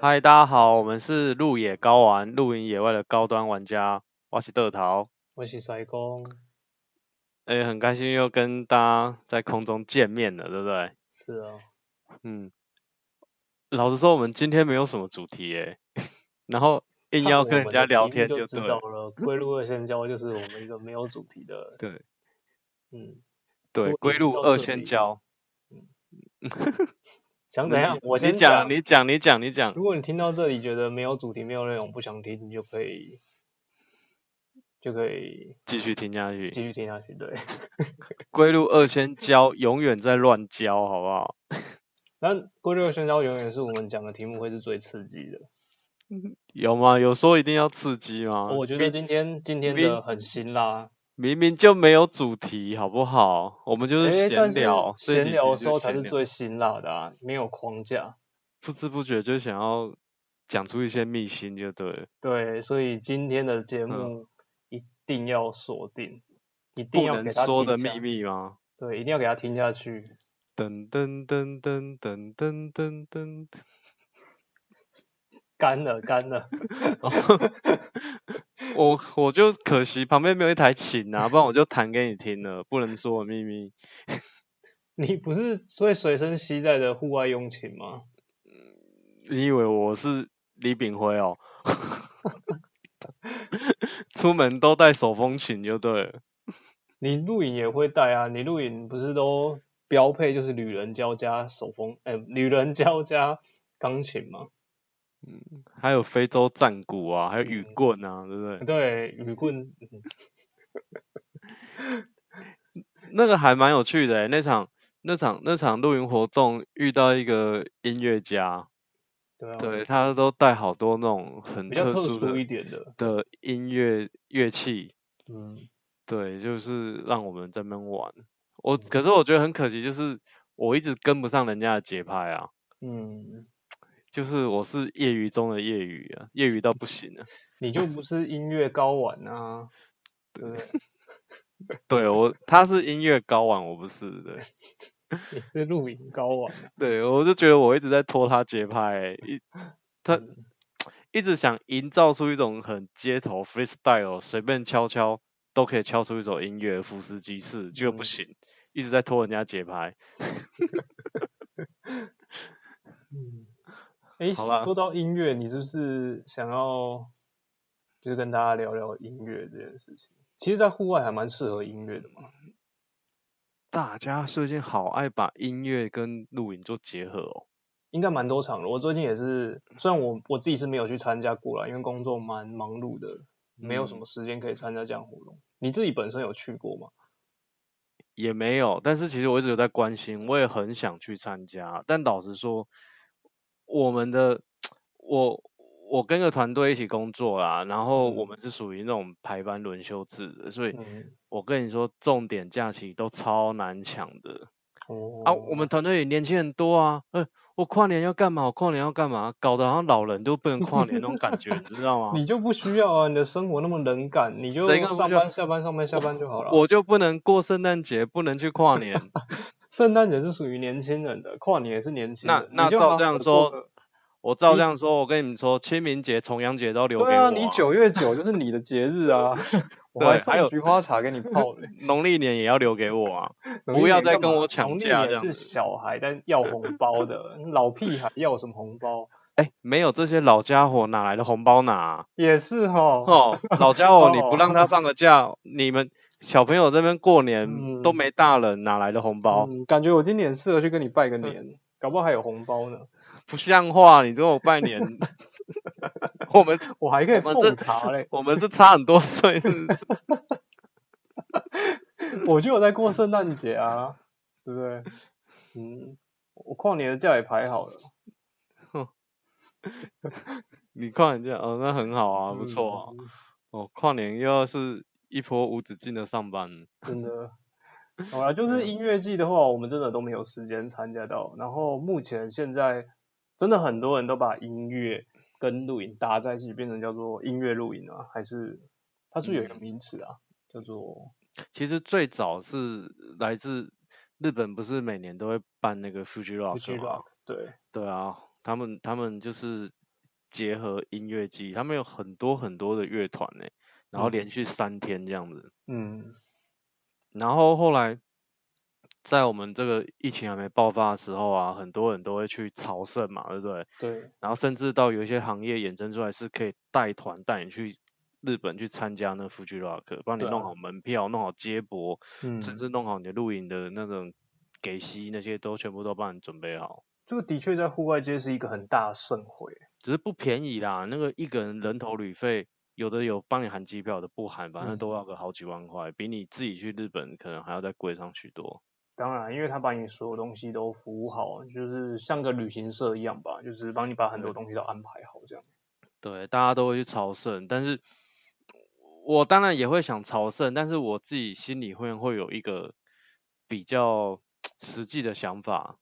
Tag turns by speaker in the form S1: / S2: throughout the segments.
S1: 嗨，大家好，我们是路野高玩，露营野外的高端玩家，我是德桃。
S2: 我是塞工，
S1: 哎，很开心又跟大家在空中见面了，对不对？
S2: 是啊，
S1: 嗯，老实说，我们今天没有什么主题诶， 然后硬
S2: 看
S1: 要
S2: 我
S1: 跟人
S2: 们
S1: 家
S2: 的
S1: 聊
S2: 题目
S1: 天
S2: 就知
S1: 对
S2: 道
S1: 了。
S2: 了。归路二仙交就是我们一个没有主题的，
S1: 对
S2: 嗯，
S1: 对，
S2: 如果
S1: 归
S2: 一直
S1: 路
S2: 到
S1: 二
S2: 这
S1: 仙
S2: 里
S1: 交。
S2: 想
S1: 你
S2: 怎样？我
S1: 你
S2: 先
S1: 讲，你讲，你讲，你讲。
S2: 如果你听到这里觉得没有主题、没有内容不想听，你就可以就可以
S1: 继续听下
S2: 继
S1: 去。
S2: 续听下去。对，
S1: 归路二仙交永远在乱交，好不好？
S2: 那归路二仙交永远是我们讲的题目会是最刺激的。
S1: 有吗？有说一定要刺激吗？
S2: 我觉得今天今天
S1: 明
S2: 的很辛辣，
S1: 明明就没有主题，好不好？我们就是
S2: 诶但
S1: 闲
S2: 是
S1: 聊，这一集
S2: 闲聊的
S1: 其实
S2: 时
S1: 就
S2: 候才
S1: 闲
S2: 是
S1: 聊
S2: 最辛辣的啊，没有框架。
S1: 不知不觉就想要讲出一些秘辛，就对了，
S2: 对，所以今天的节
S1: 嗯
S2: 目一定要锁定，一定
S1: 不
S2: 要
S1: 能
S2: 给他
S1: 说的
S2: 听
S1: 秘
S2: 下，
S1: 密吗？
S2: 对，一定要给他听下去。
S1: 噔噔噔噔噔噔噔噔，
S2: 干了，干 了，
S1: 我我就可惜旁边没有一台琴啊，不然我就弹给你听了。不能说的秘密，
S2: 你不是会随身携带的户外用品吗？
S1: 你以为我是李炳辉哦？ 出门都带手风琴就对了。
S2: 你露营也会带啊，你露营不是都标配就是旅人胶加手风，哎、旅人胶加钢琴吗？
S1: 还有非洲战鼓啊，还有雨
S2: 嗯
S1: 棍啊，对不对？
S2: 对，雨棍，嗯
S1: 那个还蛮有趣的欸，那场那场那场露营活动遇到一个音乐家，
S2: 对啊，
S1: 对他都带好多那种很
S2: 比较
S1: 特
S2: 特
S1: 殊
S2: 殊
S1: 的
S2: 一点的，
S1: 的音乐乐器，
S2: 嗯，
S1: 对，就是让我们在那边玩。我
S2: 嗯
S1: 可是我觉得很可惜，就是我一直跟不上人家的节拍啊，
S2: 嗯，
S1: 就是我是业余中的业余啊，业余到不行啊。
S2: 你就不是音乐高玩啊，对不对？
S1: 对我他是音乐高玩，我不是，对。
S2: 你是露营高玩啊，
S1: 对，我就觉得我一直在拖他节拍欸、一他
S2: 嗯
S1: 一直想营造出一种很街头 freestyle，随便敲敲都可以敲出一首音乐，俯拾即是，就不
S2: 嗯
S1: 行，一直在拖人家节拍。
S2: 嗯，哎，
S1: 好吧
S2: 说到音乐，你是不是想要就是跟大家聊聊音乐这件事情？其实，在户外还蛮适合音乐的嘛。
S1: 大家最近好爱把音乐跟露营做结合哦。
S2: 应该蛮多场的。我最近也是，虽然我我自己是没有去参加过啦，因为工作蛮忙碌的，没有什
S1: 嗯
S2: 么时间可以参加这样活动。你自己本身有去过吗？
S1: 也没有，但是其实我一直有在关心，我也很想去参加，但老实说，我们的我我跟个团队一起工作啦，然后我
S2: 嗯
S1: 们是属于那种排班轮休制的，所以
S2: 嗯，
S1: 我跟你说，重点假期都超难抢的
S2: 哦，
S1: 啊！我们团队里年轻人多啊，呃，我跨年要干嘛？我跨年要干嘛？搞得好像老人都不能跨年那种感觉，你知道吗？
S2: 你就不需要啊，你的生活那么冷感，你就
S1: 谁干嘛不
S2: 上
S1: 需要
S2: 班下班上班下班就好了。
S1: 我就不能过圣诞节，不能去跨年，
S2: 圣诞节是属于年轻人的，跨年也是年轻
S1: 那
S2: 人。你
S1: 那
S2: 就
S1: 照
S2: 好
S1: 这样
S2: 好地过
S1: 说
S2: 个，
S1: 我照
S2: 你
S1: 这样说，我跟你们说，清明节、重阳节都留给
S2: 对
S1: 我、
S2: 啊，你九月九就是你的节日 啊，我
S1: 对
S2: 还
S1: 还有
S2: 送菊花茶给你泡嘞。
S1: 农历年也要留给我啊！
S2: 农
S1: 不
S2: 历
S1: 要
S2: 年
S1: 再
S2: 干
S1: 跟
S2: 嘛
S1: 我抢
S2: 农历
S1: 价
S2: 年
S1: 这样
S2: 是
S1: 子
S2: 小孩但要红包的，老屁孩要什么红包？
S1: 哎，没有这些老家伙哪来的红包拿、啊？
S2: 也是哈，
S1: 哦，老家伙，你不让他
S2: 哦
S1: 放个假，你们小朋友这边过年都
S2: 嗯
S1: 没大人，哪来的红包？
S2: 嗯，感觉我今年适合去跟你拜个年，搞不好还有红包呢。
S1: 不像话！你跟我拜 年，我们
S2: 我还可以
S1: 我们这
S2: 奉茶嘞，
S1: 我们是差很多 岁，是不是
S2: 我就有在过圣诞节啊，对不对？嗯，我跨年的假也排好了，
S1: 你跨年假哦，那很好啊，不错啊。
S2: 嗯
S1: 哦，跨年又要是一波无止境的上班，
S2: 真的。好啦，就
S1: 对啊
S2: 是音乐季的话，我们真的都没有时间参加到。然后目前现在真的很多人都把音乐跟露营搭在一起，变成叫做音乐露营啊，还是它是不是有一个
S1: 嗯
S2: 名词啊，叫做
S1: 其实最早是来自日本，不
S2: 啊
S1: 是每年都会办那个 Fuji Rock
S2: Fuji
S1: 吗
S2: Rock，对，
S1: 对啊，他们他们就是结合音乐季，他们有很多很多的乐团呢，然后
S2: 嗯
S1: 连续三天这样子。
S2: 嗯
S1: 然后后来在我们这个疫情还没爆发的时候啊，很多人都会去朝圣嘛，对不对？
S2: 对，
S1: 然后甚至到有一些行业衍生出来是可以带团带你去日本去参加那 Fuji Rock，帮你
S2: 对
S1: 弄
S2: 啊
S1: 好门票、弄好接驳，
S2: 嗯，
S1: 甚至弄好你的露营的那种给息那些都全部都帮你准备好，
S2: 这个的确在户外街是一个很大的盛会，
S1: 只是不便宜啦。那个一个人人头旅费，有的有帮你含机票，有的不含，
S2: 嗯
S1: 反正都要个好几万块，比你自己去日本可能还要再贵上许多。
S2: 当然，因为他把你所有东西都服务好，就是像个旅行社一样吧，就是帮你把很多东西都安排好这样。
S1: 对，大家都会去朝圣，但是我当然也会想朝圣，但是我自己心里会会有一个比较实际的想法。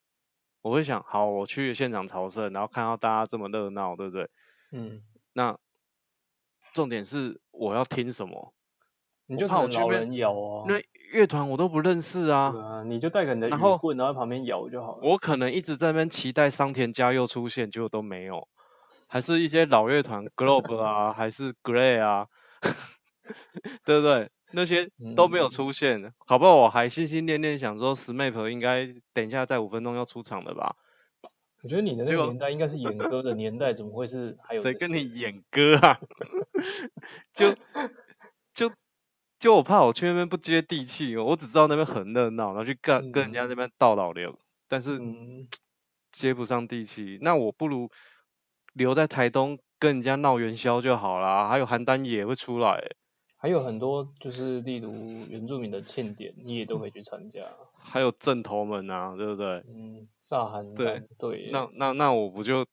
S1: 我会想，好，我去现场朝圣，然后看到大家这么热闹，对不对？
S2: 嗯，
S1: 那重点是我要听什么？
S2: 你就
S1: 我怕我
S2: 只
S1: 去
S2: 能老
S1: 面
S2: 人摇啊，
S1: 那乐团我都不认识
S2: 对
S1: 啊，
S2: 啊，你就带个你的
S1: 然
S2: 雨
S1: 后
S2: 棍，然后在旁边摇就好了。
S1: 我可能一直在那边期待桑田佳佑出现，结果都没有，还是一些老乐团 Globe 啊，还是 Grey 啊， 对不对？那些都没有
S2: 嗯
S1: 出现，好不好？我还心心念念想说 SMAP 应该等一下在五分钟要出场的吧？
S2: 我觉得你的那
S1: 结
S2: 个
S1: 果
S2: 年代应该是演歌的年代，怎么会哎是还有
S1: 谁
S2: 这
S1: 跟
S2: 些
S1: 你演歌啊？ 就就就我怕我去那边不接地气，哦我只知道那边很热闹，然后去跟跟人家那边倒老流，但是
S2: 嗯，
S1: 接不上地气，那我不如留在台东跟人家闹元宵就好啦。还有邯郸也会出来欸，
S2: 还有很多就是例如原住民的庆典，你也都可以去参加。
S1: 还有正头们啊，对不对？
S2: 嗯，萨寒
S1: 对
S2: 丹对耶，
S1: 那那那我不就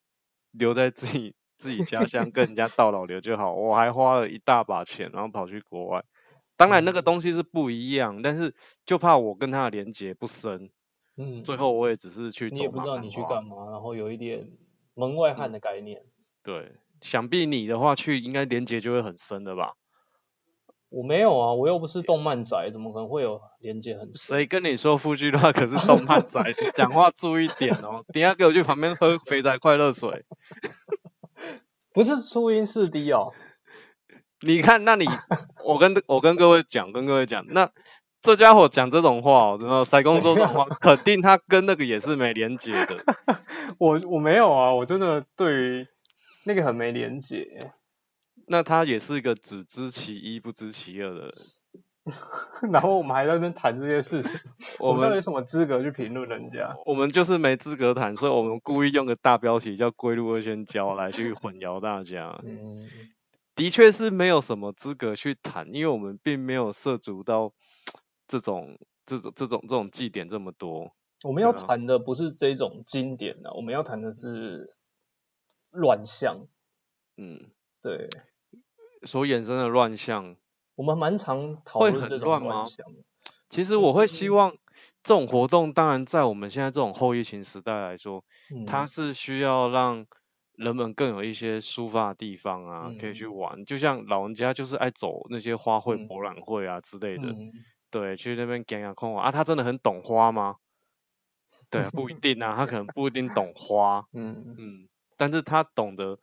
S1: 留在自己自己家乡跟人家倒老流就好？我还花了一大把钱，然后跑去国外。当然那个
S2: 嗯
S1: 东西是不一样，但是就怕我跟他的连接不深，
S2: 嗯，
S1: 最后我也只是去
S2: 你也
S1: 走
S2: 不
S1: 马
S2: 知道
S1: 看
S2: 你去
S1: 花
S2: 干嘛，然后有一点门外汉的概念。
S1: 对，想必你的话去应该连接就会很深的吧？
S2: 我没有啊，我又不是动漫宅，怎么可能会有连接很深？
S1: 谁跟你说富居的话可是动漫 宅？你讲话注意点哦！等一下给我去旁边喝肥宅快乐水。
S2: 不是初音四 D 哦，
S1: 你看，那你我跟我跟各位讲，跟各位讲，那这家伙讲这种话哦，真的塞工说这种话，肯定他跟那个也是没连接的。
S2: 我我没有啊，我真的对于那个很没连接。
S1: 那他也是一个只知其一不知其二的人。
S2: 然后我们还在那边谈这些事情，
S1: 我
S2: 们到底
S1: 们
S2: 有什么资格去评论人家？
S1: 我们就是没资格谈，所以我们故意用个大标题叫“归路二仙交”来去混淆大家。
S2: 嗯，
S1: 的确是没有什么资格去谈，因为我们并没有涉足到这种这种这种这种祭点这么多。
S2: 我们要
S1: 对啊
S2: 谈的不是这种经典啊的、我们要谈的是乱象。
S1: 嗯，
S2: 对，
S1: 所衍生的乱象，
S2: 我们蛮常讨
S1: 会
S2: 论
S1: 很
S2: 这种
S1: 乱
S2: 乱
S1: 吗
S2: 象的。
S1: 其实我会希望这种活动，当然在我们现在这种后疫情时代来说，
S2: 嗯
S1: 它是需要让人们更有一些抒发的地方啊，可以去玩。就像老人家就是爱走那些花卉
S2: 嗯
S1: 博览会啊之类的，
S2: 嗯
S1: 对，去那边讲讲空啊，他真的很懂花吗？对啊， 不一定啊，他可能不一定懂花，
S2: 嗯，
S1: 嗯，但是他懂得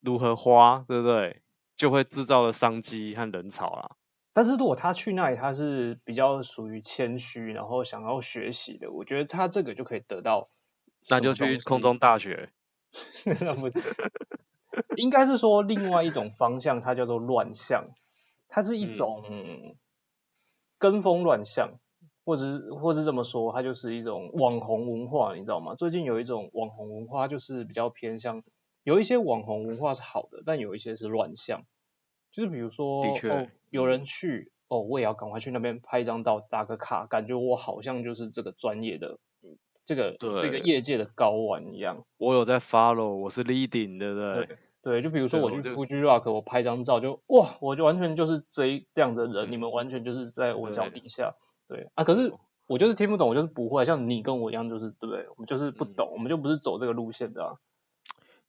S1: 如何花，对不对？就会制造了商机和人潮啦。
S2: 但是如果他去那里，他是比较属于谦虚，然后想要学习的，我觉得他这个就可以得到
S1: 那
S2: 什
S1: 就
S2: 么东
S1: 去
S2: 西
S1: 空中大学，
S2: 那不应该是说另外一种方向，它叫做乱象，它是一
S1: 嗯
S2: 种跟风乱象，或者是或是这么说，它就是一种网红文化，你知道吗？最近有一种网红文化，就是比较偏向有一些网红文化是好的，但有一些是乱象，就是比如说
S1: 的确嗯
S2: 哦，有人去。哦，我也要赶快去那边拍一张照，打个卡，感觉我好像就是这个专业的，这个这
S1: 对
S2: 个业界的高玩一样。
S1: 我有在 follow，我是 leading，对不对？
S2: 对，就比如
S1: 对
S2: 说我
S1: 我
S2: 去
S1: 就
S2: Fuji Rock，我拍张照就哇，我就完全就是这一这样的人，你们完全就是在我脚
S1: 对
S2: 底下。对啊，可是我就是听不懂，我就是不会，像你跟我一样，就是对不对？我们就是不
S1: 嗯
S2: 懂，我们就不是走这个路线的啊。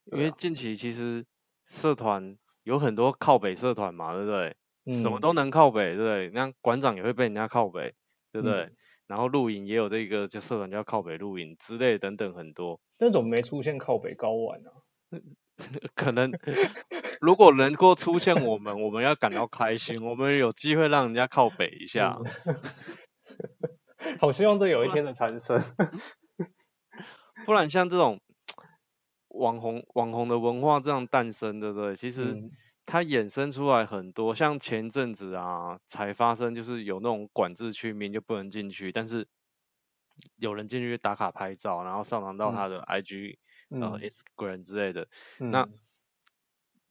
S1: 因
S2: 对
S1: 为
S2: 啊
S1: 近期其实社团有很多靠北社团嘛，对不对？什么
S2: 嗯
S1: 都能靠北，对不对？那馆长也会被人家靠北，对不对？
S2: 嗯
S1: 然后露营也有这个就社团叫靠北露营之类等等很多，
S2: 那种没出现靠北高玩啊，
S1: 可能如果能够出现我们，我们要感到开心，我们有机会让人家靠北一
S2: 嗯
S1: 下。
S2: 好希望这有一天的 产生。
S1: 哦不然像这种网红网红的文化这样诞生，对不对？其实
S2: 嗯
S1: 它衍生出来很多，像前阵子啊才发生，就是有那种管制区民就不能进去，但是有人进去打卡拍照，然后上传到他的 IG、呃
S2: 嗯
S1: Instagram 之类的，
S2: 嗯，
S1: 那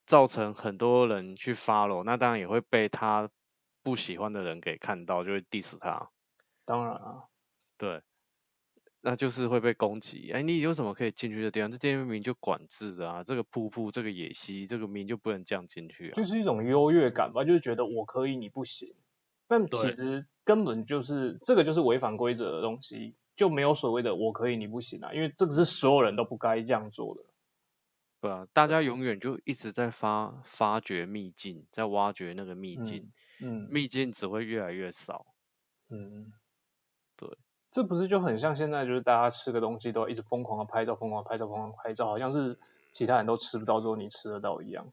S1: 造成很多人去 follow，那当然也会被他不喜欢的人给看到，就会 diss 他，
S2: 当然啊，
S1: 对，那就是会被攻击。哎，你有什么可以进去的地方？这地方明明就管制的啊，这个瀑布、这个野溪，这个明明就不能这样进去啊
S2: 就。是一种优越感吧，就是觉得我可以，你不行。但
S1: 对
S2: 其实根本就是这个就是违反规则的东西，就没有所谓的我可以，你不行啊，因为这个是所有人都不该这样做的。
S1: 对啊，大家永远就一直在发发掘秘境，在挖掘那个秘境，
S2: 嗯
S1: 秘境只会越来越少。
S2: 嗯，
S1: 对，
S2: 这不是就很像现在就是大家吃个东西都要一直疯狂的拍照，疯狂地拍照，疯狂地拍照，好像是其他人都吃不到，之后你吃得到一样。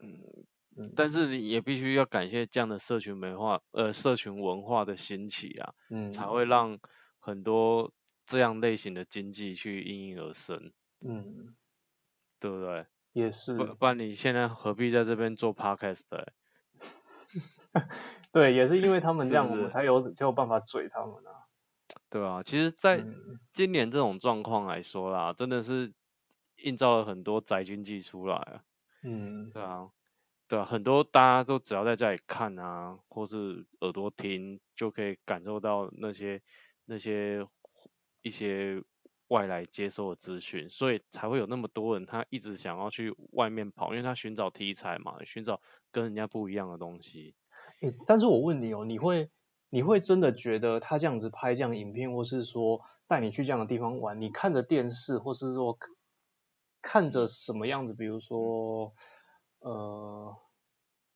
S2: 嗯
S1: 但是也必须要感谢这样的社群文化，呃，社群文化的兴起啊，
S2: 嗯，
S1: 才会让很多这样类型的经济去应运而生，
S2: 嗯，
S1: 对不对？
S2: 也是，
S1: 不不然你现在何必在这边做 podcast 的欸、
S2: 对，也是因为他们
S1: 是
S2: 这样，
S1: 不
S2: 我们
S1: 是
S2: 才有才有办法嘴他们啊。
S1: 对吧、其实，在
S2: 嗯
S1: 今年这种状况来说啦，真的是映照了很多宅经济出来啊，
S2: 嗯，
S1: 对啊，对啊，很多大家都只要在家里看啊，或是耳朵听，就可以感受到那些那些一些外来接收的资讯，所以才会有那么多人他一直想要去外面跑，因为他寻找题材嘛，寻找跟人家不一样的东西。
S2: 诶但是我问你哦，你会你会真的觉得他这样子拍这样影片，或是说带你去这样的地方玩，你看着电视，或是说看看着什么样子，比如说呃，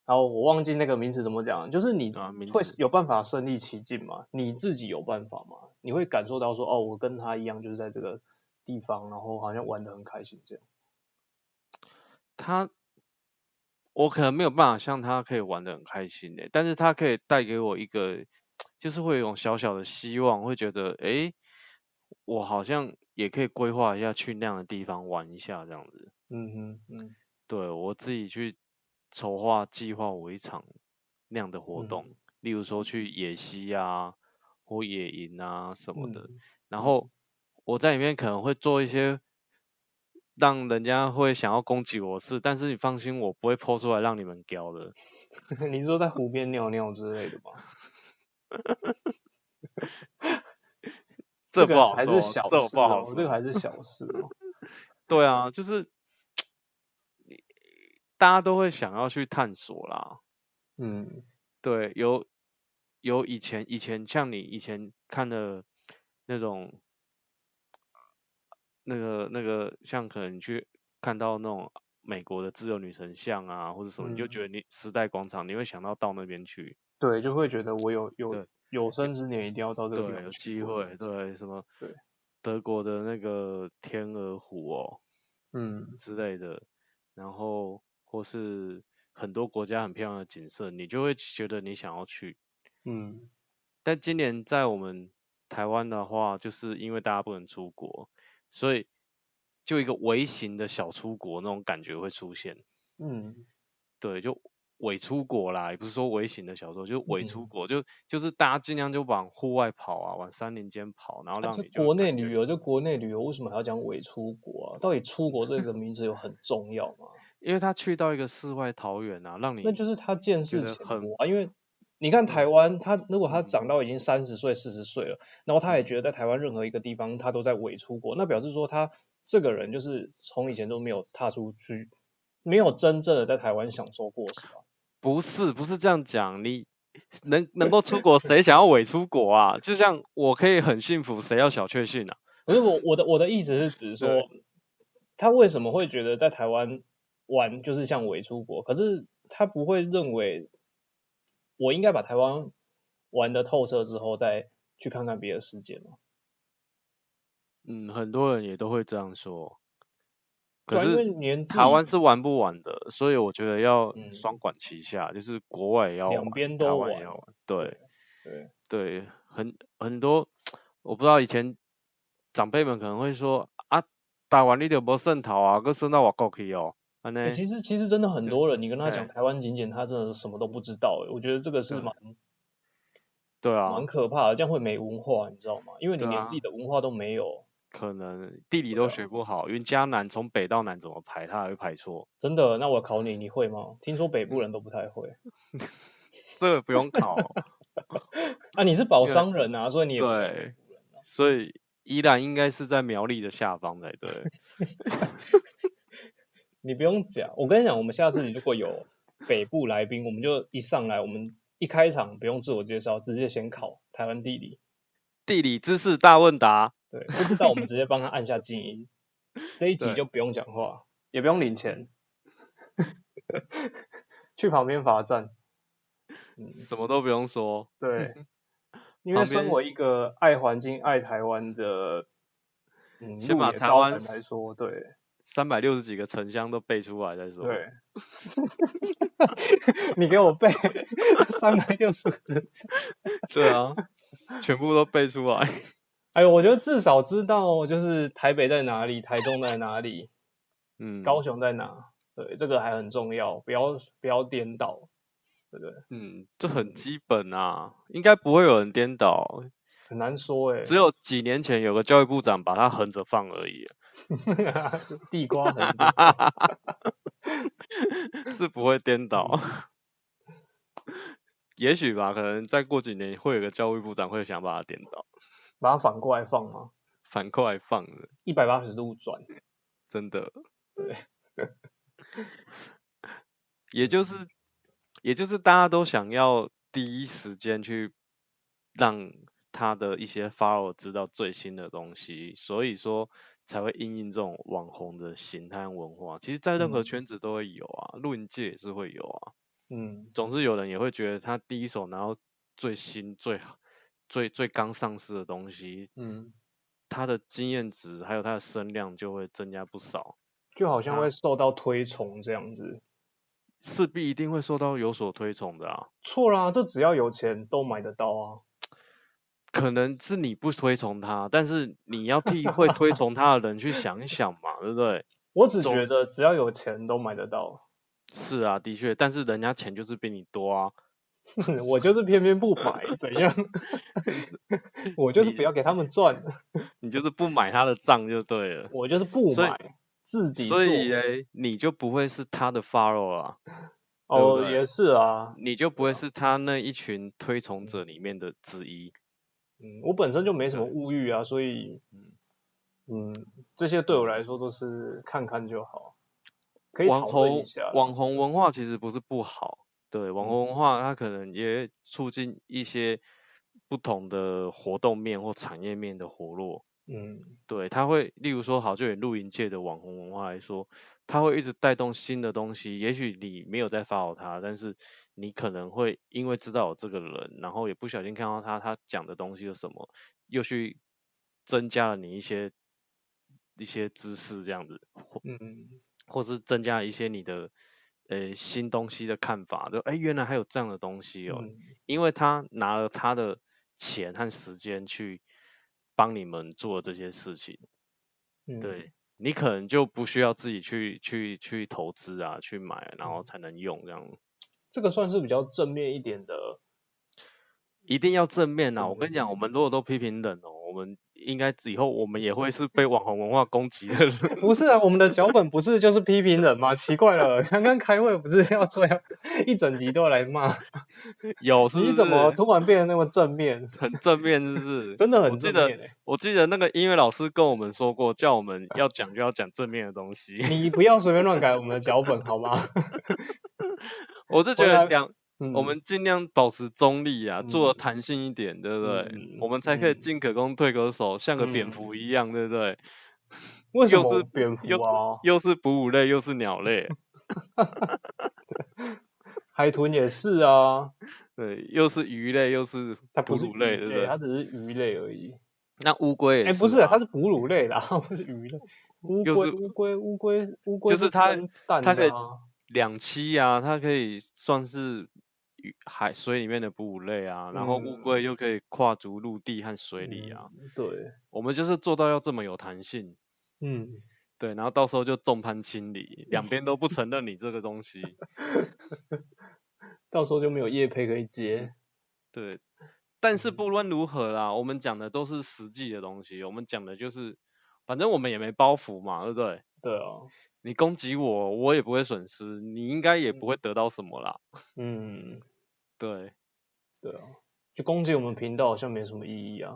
S2: 然后我忘记那个名词怎么讲，就是你
S1: 啊名
S2: 会
S1: 词
S2: 有办法身临其境吗？你自己有办法吗？你会感受到说哦，我跟他一样，就是在这个地方，然后好像玩的很开心这样。
S1: 他，我可能没有办法像他可以玩的很开心的，但是他可以带给我一个，就是会有一种小小的希望，会觉得，诶，我好像也可以规划一下去那样的地方玩一下这样子。
S2: 嗯哼，嗯
S1: 对，我自己去筹划计划我一场那样的活
S2: 嗯
S1: 动，例如说去野溪啊或野营啊什么的，
S2: 嗯
S1: 然后我在里面可能会做一些让人家会想要攻击我的事，但是你放心，我不会剖出来让你们屌的。
S2: 你是说在湖边尿尿之类的吗？
S1: 这
S2: 个
S1: 不好
S2: 还
S1: 说，
S2: 是小
S1: 这我
S2: 事
S1: 不好
S2: 哦
S1: 说。
S2: 这个还是小事哦。
S1: 对啊，就是你大家都会想要去探索啦。
S2: 嗯
S1: 对，有有以前以前像你以前看的那种，那个那个像可能你去看到那种美国的自由女神像啊，或者什么，你就
S2: 嗯
S1: 觉得你时代广场，你会想到到那边去，，
S2: 对，就会觉得我有有
S1: 对
S2: 有生之年一定要到这个地
S1: 对，
S2: 方
S1: 有
S2: 去
S1: 机
S2: 过
S1: 会，，对，什么
S2: 对
S1: 德国的那个天鹅湖哦
S2: 嗯
S1: 之类的，然后或是很多国家很漂亮的景色，你就会觉得你想要去。
S2: 嗯
S1: 但今年在我们台湾的话，就是因为大家不能出国，所以就一个微型的小出国那种感觉会出现。
S2: 嗯
S1: 对，就伪出国啦，也不是说微型的小说，就是伪出
S2: 嗯
S1: 国，就就是大家尽量就往户外跑啊，往山林间跑，然后
S2: 啊
S1: 让
S2: 就
S1: 你就
S2: 国
S1: 感
S2: 内
S1: 觉
S2: 旅游，就国内旅游，为什么还要讲伪出国啊？到底出国这个名字有很重要吗？
S1: 因为他去到一个世外桃源啊，让你
S2: 那就是他见识
S1: 得
S2: 浅
S1: 很嗯
S2: 薄啊，因为你看台湾，他如果他长到已经三十岁、四十岁了，然后他也觉得在台湾任何一个地方他都在伪出国，那表示说他这个人就是从以前都没有踏出去，没有真正的在台湾享受过，是吧？
S1: 不是不是这样讲，你能 能够出国，谁想要伪出国啊？就像我可以很幸福，谁要小确幸啊？
S2: 不是我我的我的意思 是指说，他为什么会觉得在台湾玩就是像伪出国？可是他不会认为我应该把台湾玩的透彻之后再去看看别的世界吗？
S1: 嗯，很多人也都会这样说。可
S2: 对啊因为
S1: 是
S2: 年纪
S1: 台湾是玩不完的，所以我觉得要
S2: 嗯
S1: 双管齐下，就是国外也要
S2: 两
S1: 玩
S2: 边
S1: 台
S2: 都
S1: 湾也
S2: 玩
S1: 要玩，对。哎
S2: 对，
S1: 对，很很多，我不知道以前长辈们可能会说啊，台湾你就无渗透啊，搁渗到外国去哦，安尼
S2: 欸其实其实真的很
S1: 对
S2: 多人，你跟他
S1: 哎
S2: 讲台湾景点，他真的什么都不知道、欸。我觉得这个是
S1: 对
S2: 蛮
S1: 对啊
S2: 蛮，可怕的，这样会没文化，你知道吗？因为你
S1: 对
S2: 连
S1: 啊
S2: 自己的文化都没有，
S1: 可能地理
S2: 对
S1: 都
S2: 啊
S1: 学不好，因为迦南从北到南怎么排，他还会排错，
S2: 真的。那我考你，你会吗？听说北
S1: 嗯
S2: 部人都不太会。
S1: 这个不用考，
S2: 啊，你是宝
S1: 因为
S2: 商人啊啊，所 以你也不像
S1: 对，所以依然应该是在苗栗的下方才 对，
S2: 你不用讲。我跟你讲，我们下次如果有北部来宾，我们就一上来，我们一开场不用自我介绍，直接先考台湾地理。
S1: 地理知识大问答，
S2: 对，不知道我们直接帮他按下静音，这一集
S1: 对
S2: 就不用讲话，也不用领钱，去旁边罚站。嗯，
S1: 什么都不用说，
S2: 对，因为
S1: 旁边
S2: 身为一个爱环境、爱台湾的，嗯，
S1: 先
S2: 路
S1: 把
S2: 野
S1: 台
S2: 高
S1: 湾
S2: 人来说，对
S1: 三百六十几个城乡都背出来再说，
S2: 对， 你给我背三百六十个人
S1: 对啊，全部都背出来，
S2: 哎呦，我觉得至少知道就是台北在哪里，台中在哪里，
S1: 嗯，
S2: 高雄在哪，对，这个还很重要，不要不要颠倒，对不对？
S1: 嗯，这很基本啊，应该不会有人颠倒，
S2: 很难说哎、
S1: 只有几年前有个教育部长把它横着放而已，
S2: 地瓜很子，
S1: 是不会颠倒。
S2: 嗯
S1: 也许吧，可能再过几年会有个教育部长会想把它颠倒，
S2: 把它反过来放嘛，
S1: 反过来放的，
S2: 一百八十度转，
S1: 真的
S2: 对。
S1: 也就是，也就是大家都想要第一时间去让他的一些 follow 知道最新的东西，所以说才会因应这种网红的形态和文化。其实，在任何
S2: 嗯
S1: 圈子都会有啊，露营界也是会有啊。
S2: 嗯，
S1: 总是有人也会觉得他第一手拿到最新、最好最最刚上市的东西，
S2: 嗯，
S1: 他的经验值还有他的声量就会增加不少，
S2: 就好像
S1: 啊
S2: 会受到推崇这样子。
S1: 势必一定会受到有所推崇的啊。
S2: 错啦，这只要有钱都买得到啊。
S1: 可能是你不推崇他，但是你要 替会推崇他的人去想一想嘛，对不对？
S2: 我只
S1: 总
S2: 觉得只要有钱都买得到，
S1: 是啊，的确，但是人家钱就是比你多啊，
S2: 我就是偏偏不买，怎样？ 我就是
S1: 你
S2: 不要给他们赚，
S1: 你就是不买他的账就对 了。
S2: 我就是不
S1: 所以
S2: 买，自己
S1: 所以
S2: 做
S1: 嘞，你就不会是他的 follow 啊，对
S2: 哦，
S1: 不对
S2: 也是啊，
S1: 你就不会是他那一群推崇者里面的之一。
S2: 嗯，我本身就没什么物欲啊，所以，嗯，这些对我来说都是看看就好，可以
S1: 网
S2: 讨论
S1: 红
S2: 一下。嗯
S1: 网红文化其实不是不好，对，网红文化它可能也促进一些不同的活动面或产业面的活络。
S2: 嗯
S1: 对，它会，例如说，好，就以露营界的网红文化来说，它会一直带动新的东西。也许你没有在 follow 他，但是你可能会因为知道有这个人，然后也不小心看到他他讲的东西有什么，又去增加了你一些一些知识这样子，或
S2: 嗯，
S1: 或是增加了一些你的呃新东西的看法，就哎原来还有这样的东西哦，
S2: 嗯
S1: 因为他拿了他的钱和时间去帮你们做这些事情。
S2: 嗯，
S1: 对你可能就不需要自己去去去投资啊，去买，然后
S2: 嗯
S1: 才能用这样。
S2: 这个算是比较正面一点的。
S1: 一定要正面啊！
S2: 正
S1: 我跟
S2: 面
S1: 你讲，我们如果都批评人哦，我们应该以后我们也会是被网红文化攻击的人。
S2: 不是啊，我们的脚本不是就是批评人吗？奇怪了，刚刚开会不是要这样，一整集都要来骂，
S1: 有是不
S2: 你怎么
S1: 是
S2: 突然变得那么正面？
S1: 很正面？是不是？
S2: 真的
S1: 我
S2: 很
S1: 记
S2: 正
S1: 得
S2: 面欸
S1: 我记得那个音乐老师跟我们说过，叫我们要讲就要讲正面的东西。
S2: 你不要随便乱改我们的脚本好吗？
S1: 我是觉
S2: 回
S1: 得
S2: 来
S1: 两，我
S2: 嗯
S1: 们尽量保持中立啊，做
S2: 嗯
S1: 的弹性一点，对不对？
S2: 嗯
S1: 我们才可以
S2: 嗯
S1: 进可攻退可守，像个蝙
S2: 嗯
S1: 蝠一样，对不对？
S2: 为什
S1: 又
S2: 么
S1: 是
S2: 蝙蝠
S1: 又
S2: 啊？
S1: 又是哺乳类又是鸟 类，
S2: 海豚也是啊，
S1: 对，又是鱼类又是
S2: 它
S1: 哺
S2: 不是
S1: 乳类，
S2: 鱼
S1: 对不对
S2: 它只是鱼类而已。
S1: 那乌龟也
S2: 哎，
S1: 是
S2: 不是啊，
S1: 啊
S2: 它是哺乳类啦， 不是鱼类。乌
S1: 就
S2: 龟，
S1: 是
S2: 乌龟，乌龟，乌龟
S1: 就是它
S2: 生蛋
S1: 它
S2: 的
S1: 的
S2: 啊。
S1: 两栖啊，它可以算是鱼海水里面的哺乳类啊，然后乌
S2: 嗯
S1: 龟又可以跨足陆地和水里啊。
S2: 嗯对，
S1: 我们就是做到要这么有弹性，
S2: 嗯，
S1: 对，然后到时候就众叛亲离，两边都不承认你这个东西，
S2: 到时候就没有叶配可以接。
S1: 对。但是
S2: 嗯
S1: 不论如何啦，我们讲的都是实际的东西，我们讲的就是，反正我们也没包袱嘛，对不对？
S2: 对啊，
S1: 你攻击我，我也不会损失，你应该也不会得到什么啦，
S2: 嗯，
S1: 对。
S2: 对啊，就攻击我们频道好像没什么意义啊。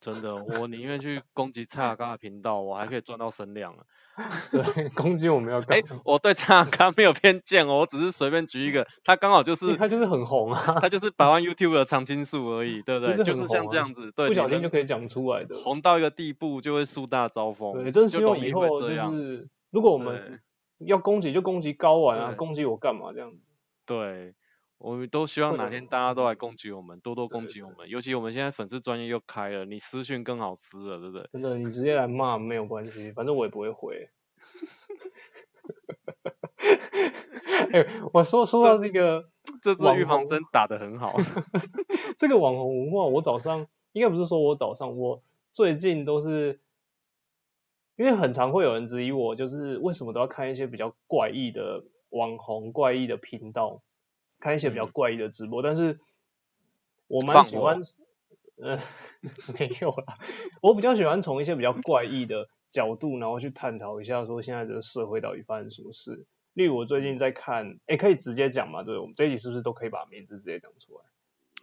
S1: 真的，我宁愿去攻击蔡阿刚的频道，我还可以赚到声量啊。
S2: 对， 攻击我们要干
S1: 哎、
S2: 嘛？
S1: 我对蔡阿刚没有偏见哦，我只是随便举一个，他刚好就
S2: 因为
S1: 是
S2: 它就是很红 啊，
S1: 他就是百万 YouTube 的常青树而 已，对不
S2: 就
S1: 对？
S2: 是
S1: 就
S2: 很
S1: 是像
S2: 红
S1: 这
S2: 啊
S1: 样子， 对，
S2: 不小
S1: 你
S2: 心
S1: 们
S2: 就可以讲出来的。
S1: 红到一个地步就会树大招风，
S2: 对，真
S1: 就
S2: 希望
S1: 容
S2: 以
S1: 易会
S2: 后
S1: 这
S2: 就
S1: 样。
S2: 是，如果我们要攻击就攻击高玩啊，
S1: 对
S2: 攻击我干嘛这样子？
S1: 对，我们都希望
S2: 会
S1: 哪
S2: 有
S1: 天大家都来攻击我们，多多攻
S2: 对
S1: 击我们。尤其我们现在粉丝专业又开了，你私讯更好私了，对不对？
S2: 真的，你直接来骂没有关系，反正我也不会回。哎、我说说到这个
S1: 这次
S2: 网
S1: 预防
S2: 红
S1: 针打得很 好。
S2: 这个网红文化，我早上应该不是说我早上，我最近都是因为很常会有人质疑我，就是为什么都要看一些比较怪异的网红、怪异的频道，看一些比较
S1: 嗯
S2: 怪异的直播，但是我蛮
S1: 放
S2: 喜
S1: 火
S2: 欢，呃， 没有啦，我比较喜欢从一些比较怪异的角度，然后去探讨一下说现在这个社会到底发生什么事。例如我最
S1: 嗯
S2: 近在看，哎，可以直接讲嘛？对，我们这一集是不是都可以把名字直接讲出来？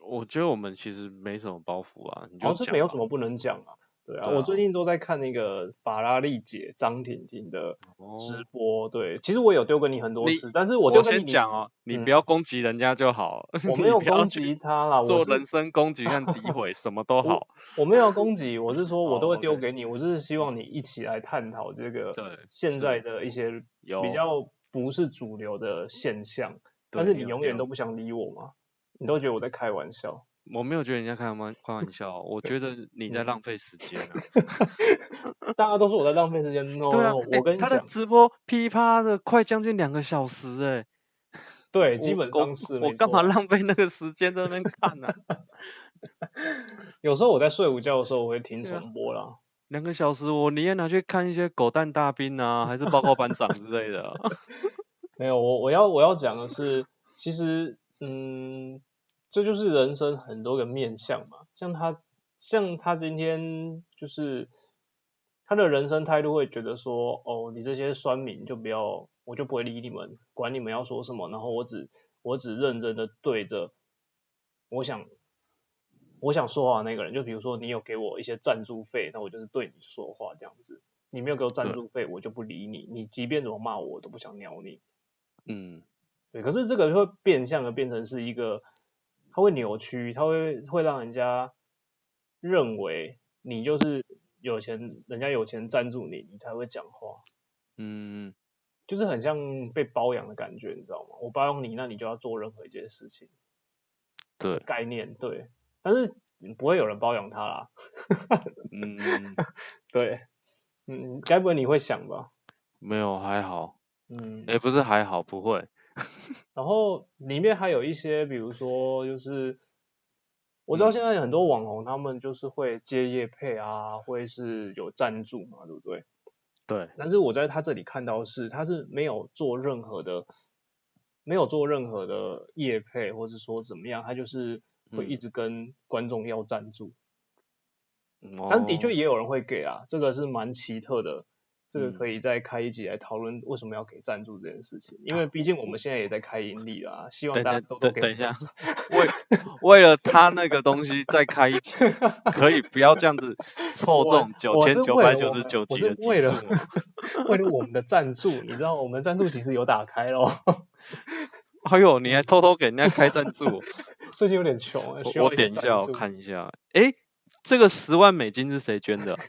S1: 我觉得我们其实没什么包袱啊，你
S2: 好
S1: 就
S2: 像是
S1: 讲
S2: 没哦有
S1: 吧
S2: 什么不能讲啊。对啊，
S1: 对
S2: 我
S1: 啊
S2: 最近都在看那个法拉利姐张婷婷的直
S1: 哦。
S2: 播。对，其实我有丢给你很多
S1: 你
S2: 次，但是我
S1: 我
S2: 丢给你
S1: 先讲哦，你
S2: 嗯
S1: 不要攻击人家就好，
S2: 我
S1: 你
S2: 没有
S1: 不要
S2: 攻
S1: 去
S2: 击她啦，
S1: 做
S2: 我是
S1: 人身攻击和诋毁，什么都好。
S2: 我没有攻击，我是说我
S1: 哦
S2: 都会丢
S1: ，OK
S2: 给你，我就是希望你一起来探讨这个
S1: 对
S2: 现
S1: 是
S2: 在的一些
S1: 有
S2: 比较不是主流的现象，但
S1: 对
S2: 是你
S1: 有
S2: 永远
S1: 有
S2: 都不想理我嘛，你都觉得我在开玩笑。
S1: 我没有觉得人家开玩开玩笑，哦我觉得你在
S2: 嗯
S1: 浪费时间啊。
S2: 大家都说我在浪费时间 ，no，
S1: 对啊，
S2: 我
S1: 诶
S2: 跟你
S1: 他的
S2: 讲，
S1: 直播噼啪的快将近两个小时哎、
S2: 对，
S1: 我
S2: 基本
S1: 我
S2: 上是
S1: 我
S2: 没
S1: 干
S2: 错
S1: 嘛浪费那个时间在那边看呢、 啊？
S2: 有时候我在睡午觉的时候，我会听
S1: 对啊
S2: 重播啦。
S1: 两个小时我宁愿拿去看一些狗蛋大兵啊，还是报告班长之类的啊、
S2: 没有，我我要我要讲的是，其实嗯，这就是人生很多个面向嘛。像他，像他今天就是他的人生态度会觉得说，哦，你这些酸民就不要，我就不会理你们，管你们要说什么，然后我只我只认真的对着我想我想说话的那个人，就比如说你有给我一些赞助费，那我就是对你说话这样子。你没有给我赞
S1: 对
S2: 助费，我就不理你。你即便怎么骂我，我都不想鸟你。
S1: 嗯，
S2: 对，可是这个会变相的变成是一个，它会扭曲，它会会让人家认为你就是有钱，人家有钱赞助你，你才会讲话，
S1: 嗯，
S2: 就是很像被包养的感觉，你知道吗？我包养你，那你就要做任何一件事情，
S1: 对，
S2: 概念对，但是不会有人包养他啦，
S1: 嗯，
S2: 对，嗯，该不会你会想吧？
S1: 没有还好，
S2: 嗯，
S1: 哎、不是还好，不会，
S2: 然后里面还有一些，比如说就是我知道
S1: 嗯
S2: 现在很多网红他们就是会接业配啊，会是有赞助嘛，对不对？
S1: 对，
S2: 但是我在他这里看到的是，他是没有做任何的，没有做任何的业配，或者说怎么样，他就是会一
S1: 嗯
S2: 直跟观众要赞助。但
S1: 但
S2: 的确也有人会给啊，这个是蛮奇特的，这个
S1: 嗯
S2: 可以再开一集来讨论为什么要给赞助这件事情，因为毕竟我们现在也在开盈利啦，希望
S1: 等
S2: 大家
S1: 等
S2: 都都
S1: 等
S2: 给
S1: 等
S2: 我
S1: 一
S2: 们赞
S1: 下，为为了他那个东西再开一集，可以不要这样子凑
S2: 我
S1: 中九
S2: 我
S1: 千
S2: 是
S1: 九
S2: 为
S1: 百
S2: 了
S1: 九
S2: 我
S1: 十
S2: 们
S1: 九
S2: 我
S1: 集
S2: 是
S1: 的集
S2: 为
S1: 数
S2: 了
S1: 哦，
S2: 为了我们的赞助，你知道我们赞助其实有打开咯，
S1: 哎呦，你还偷偷给人家开赞助哦，
S2: 最近有 点穷啊，需
S1: 我
S2: 要
S1: 我点一
S2: 赞
S1: 下我
S2: 助。
S1: 看一下，诶，这个十万美金是谁捐的啊？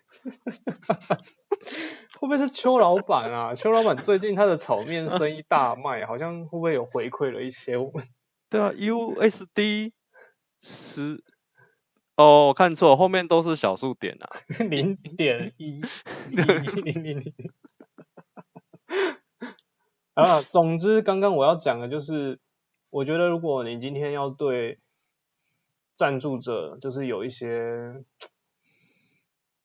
S2: 会不会是邱老板啊？邱老板最近他的炒面生意大卖，好像会不会有回馈了一些我们？
S1: 对啊，USD 十哦，我看错，后面都是小数点啊。
S2: 零点一一 零零零。啊，总之，刚刚我要讲的就是，我觉得如果你今天要对赞助者，就是有一些，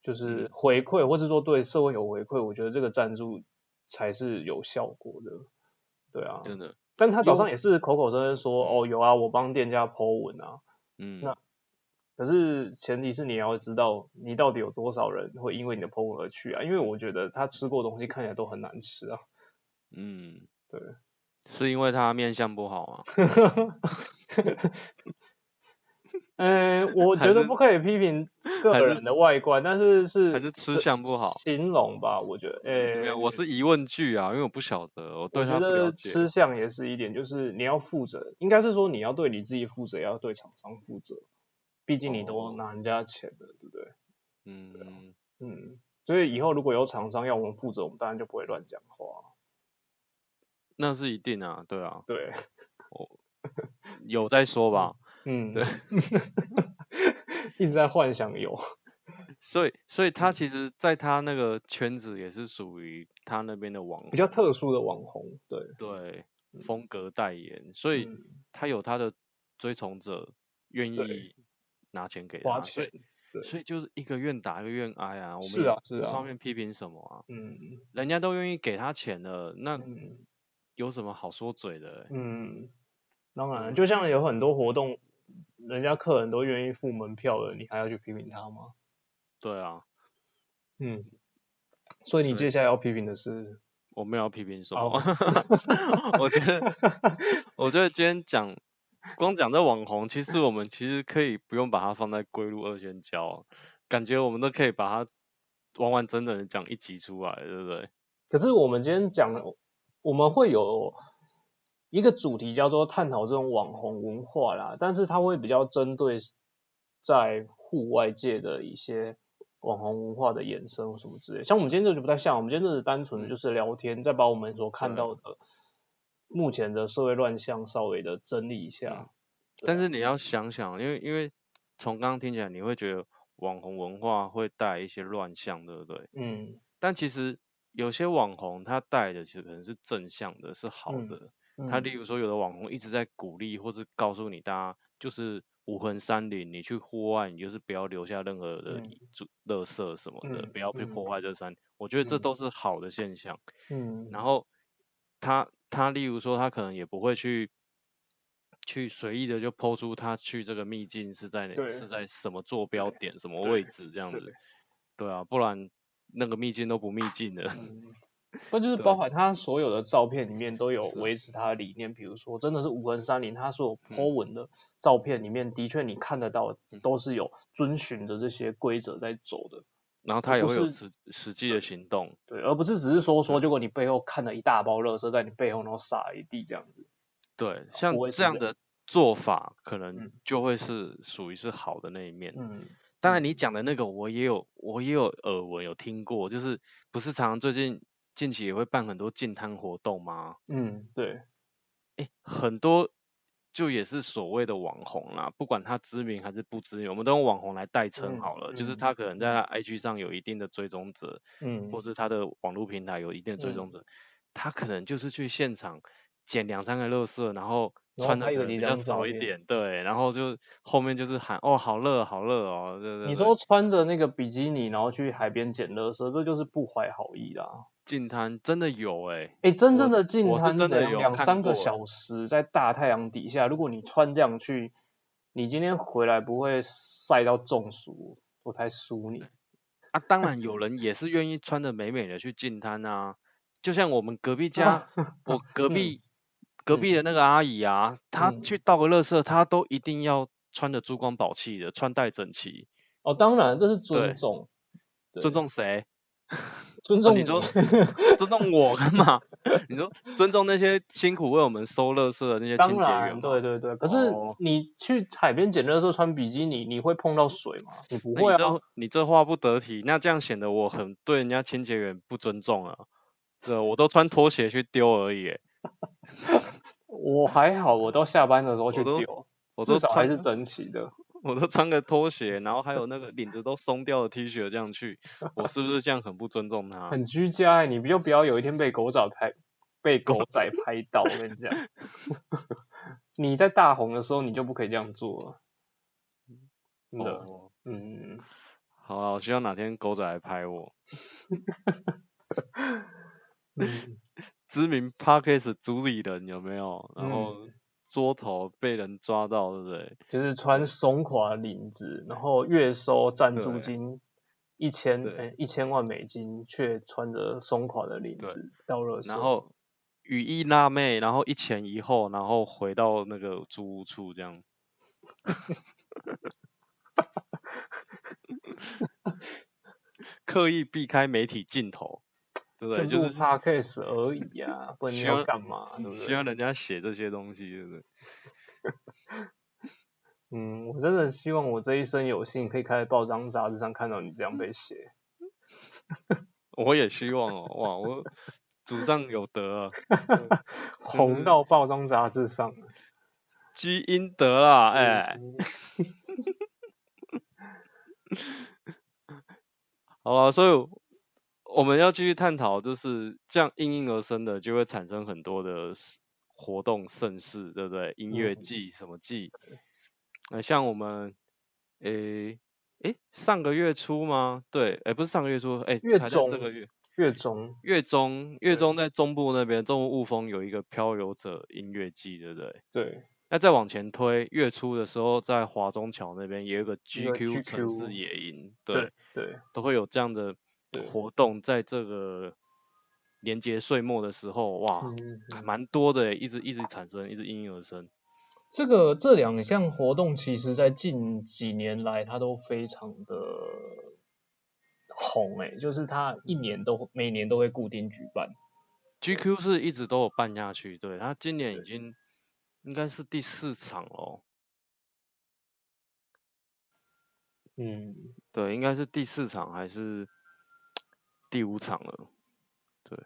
S2: 就是回馈，或是说对社会有回馈，我觉得这个赞助才是有效果的。对啊，
S1: 真的，
S2: 但他早上也是口口声声说，哦，有啊，我帮店家 Po 文啊，
S1: 嗯，
S2: 那可是前提是你要知道你到底有多少人会因为你的 po 文而去啊，因为我觉得他吃过的东西看起来都很难吃啊。
S1: 嗯，
S2: 对，
S1: 是因为他面相不好啊。
S2: 嗯，我
S1: 还
S2: 觉得
S1: 是
S2: 不可以批评个
S1: 还是
S2: 人的外观，但是是
S1: 还是吃
S2: 这
S1: 相不好嗯
S2: 形容吧，我觉得。诶、
S1: 没有，我是疑问句啊，因为我不晓得，我
S2: 我
S1: 对
S2: 觉
S1: 他不
S2: 得
S1: 了解。
S2: 吃相也是一点，就是你要负责，应该是说你要对你自己负责，也要对厂商负责，毕竟你都
S1: 哦
S2: 拿人家钱了，对不对？
S1: 嗯，
S2: 嗯，所以以后如果有厂商要我们负责，我们当然就不会乱讲话。啊
S1: 那是一定啊，对啊，
S2: 对，
S1: 有再说吧。
S2: 嗯，对， 一直在幻想有，嗯
S1: 所以，所以他其实在他那个圈子也是属于他那边的网红
S2: 比较特殊的网红，对，
S1: 对风格代言，所以
S2: 嗯
S1: 他有他的追从者愿
S2: 对
S1: 意拿钱给他，
S2: 花
S1: 所
S2: 钱
S1: 以，所以就是一个愿打一个愿挨啊。我们
S2: 是
S1: 也
S2: 啊是
S1: 不
S2: 啊
S1: 方面批评什么啊，
S2: 嗯
S1: 人家都愿意给他钱了，那
S2: 嗯
S1: 有什么好说嘴的、欸？
S2: 嗯，当然，就像有很多活动，人家客人都愿意付门票了，你还要去批评他吗？
S1: 对啊，
S2: 嗯，所以你
S1: 对
S2: 接下来要批评的是，
S1: 我没有要批评什么
S2: 哦，
S1: 我觉得， 我觉得今天讲光讲这网红，其实我们其实可以不用把它放在归入二仙交，感觉我们都可以把它完完整整的讲一集出来，对不对？
S2: 可是我们今天讲了，我们会有一个主题叫做探讨这种网红文化啦，但是它会比较针对在户外界的一些网红文化的衍生什么之类。像我们今天这就不太像，我们今天这是单纯的就是聊天，再把我们所看到的目前的社会乱象稍微的整理一下。
S1: 嗯
S2: 啊
S1: 但是你要想想，因为因为从刚刚听起来，你会觉得网红文化会带来一些乱象，对不对？
S2: 嗯
S1: 但其实有些网红他带的其实可能是正向的，是好
S2: 嗯
S1: 的。
S2: 嗯，
S1: 他例如说，有的网红一直在鼓励或者告诉你，大家就是五魂三林，你去户外，你就是不要留下任何的
S2: 嗯
S1: 遗住垃圾什么的，
S2: 嗯
S1: 不要去破
S2: 嗯
S1: 坏这山林。我觉得这
S2: 嗯
S1: 都是好的现象。
S2: 嗯，
S1: 然后他他例如说，他可能也不会去去随意的就抛出他去这个秘境是在哪
S2: 对
S1: 是在什么坐标点什么
S2: 对
S1: 位置这样
S2: 对
S1: 子。对啊，不然那个秘境都不秘境了。
S2: 嗯，那就是
S1: 对
S2: 包含他所有的照片里面都有
S1: 是嗯
S2: 维持他的理念，比如说真的是无痕山林，他所有 po 文的照片里面，的确你看得到都是有遵循着这些规则在走的，
S1: 然后他也
S2: 不
S1: 会有
S2: 是
S1: 实实际的行动。
S2: 对，而不是只是说说，结果你背后看了一大包垃圾在你背后然后撒一地这样子，
S1: 对，像
S2: 啊我也是
S1: 这样
S2: 这
S1: 的做法，可能
S2: 嗯
S1: 就会是属于是好的那一面。
S2: 嗯
S1: 当然，
S2: 嗯
S1: 你讲的那个我也有，我也有耳闻，有听过，就是不是常常最近近期也会办很多净滩活动吗？
S2: 嗯，对，
S1: 诶，很多就也是所谓的网红啦，不管他知名还是不知名，我们都用网红来代称
S2: 嗯
S1: 好了。就是
S2: 嗯
S1: 他可能在他 IG 上有一定的追踪者，
S2: 嗯
S1: 或是他的网络平台有一定的追踪者，他可能就是去现场捡两三个垃圾，然后
S2: 然后
S1: 穿的
S2: 拍个
S1: 可能
S2: 几
S1: 比较
S2: 张
S1: 少
S2: 照
S1: 一
S2: 片
S1: 点，对，然后就后面就是喊哦好热好热哦，对对
S2: 你
S1: 对
S2: 说穿着那个比基尼然后去海边捡垃圾，这就是不怀好意啦。
S1: 进滩真的有哎、
S2: 哎，真正
S1: 我
S2: 的进
S1: 我是
S2: 滩
S1: 真的
S2: 怎样
S1: 有
S2: 两
S1: 看
S2: 三
S1: 过
S2: 个小时在大太阳底下，如果你穿这样去，你今天回来不会晒到中暑，我才输你。
S1: 啊，当然有人也是愿意穿的美美的去进滩啊，就像我们隔壁 家，我隔
S2: 嗯
S1: 壁、隔壁的那个阿姨啊，她
S2: 嗯
S1: 去倒个垃圾，她都一定要穿的珠光宝气的，穿戴整齐，
S2: 哦，当然这是
S1: 对
S2: 尊重，对
S1: 尊重谁？
S2: 尊重
S1: 啊你说 尊重我干嘛？ 你说尊重那些辛苦为我们收垃圾的那些清
S2: 当
S1: 洁员
S2: 然，
S1: 吗
S2: 对，对对。可是
S1: 哦
S2: 你去海边捡垃圾穿比基尼，你会碰到水吗？你不
S1: 那
S2: 会
S1: 你
S2: 啊
S1: 这。你这话不得体，那这样显得我很对人家清洁员不尊重啊。对，我都穿拖鞋去丢而已欸，
S2: 我还好，我到下班的时候去
S1: 我都
S2: 丢，
S1: 我都
S2: 至少还
S1: 穿
S2: 是整齐的。
S1: 我都穿个拖鞋，然后还有那个领子都松掉的 T 恤这样去，我是不是这样很不尊重他？
S2: 很居家、欸，你不就不要有一天被狗仔拍，被狗仔拍到。我跟你讲， 你在大红的时候，你就不可以这样做了。真的，
S1: 哦
S2: 嗯，
S1: 好啊，我希望哪天狗仔来拍我。
S2: 嗯
S1: 知名 Parkes 主理人有没有？然后
S2: 嗯
S1: 桌头被人抓到，对不对？
S2: 就是穿松垮领子，然后月收赞助
S1: 对
S2: 金一千，
S1: 对
S2: 哎，一千万美金，却穿着松垮的领
S1: 对
S2: 子到热搜。
S1: 然后羽翼辣妹，然后一前一后，然后回到那个租屋处这样。刻意避开媒体镜头，对不
S2: 这
S1: 对？就
S2: 部
S1: 是
S2: podcast 而已啊，不然你
S1: 希
S2: 要
S1: 望
S2: 干嘛？对不
S1: 希
S2: 对？
S1: 望人家写这些东西，对不对？
S2: 嗯，我真的希望我这一生有幸可以在报章杂志上看到你这样被写。
S1: 我也希望哦，哇，我祖上有德啊，
S2: 红到报章杂志上了。
S1: 积阴德 啦，嗯哎、
S2: 嗯，
S1: 好了，所以我们要继续探讨，就是这样应运而生的，就会产生很多的事活动盛事，对不对？音乐
S2: 嗯
S1: 季、什么季？那、像我们，诶、诶、上个月初吗？对，诶、不是上个月初，诶、
S2: 月
S1: 还在这
S2: 中
S1: 个月
S2: 月中，
S1: 月中，月
S2: 对
S1: 中在中部那边，中部雾峰有一个漂游者音乐季，对不对？
S2: 对，
S1: 那再往前推，月初的时候，在华中桥那边也有个
S2: 一个
S1: GQ 城
S2: GQ
S1: 市野营，
S2: 对
S1: 对，
S2: 对
S1: 都会有这样的
S2: 对
S1: 活动，在这个年节岁末的时候，哇，
S2: 嗯，
S1: 还蛮多的耶，一直一直产生，一直应运而生。
S2: 这个这两项活动，其实在近几年来，它都非常的红诶、欸就是它一年都每年都会固定举办。
S1: GQ 是一直都有办下去，对，它今年已经应该是第四场哦，
S2: 嗯，
S1: 对，应该是第四场还是第五场了，对。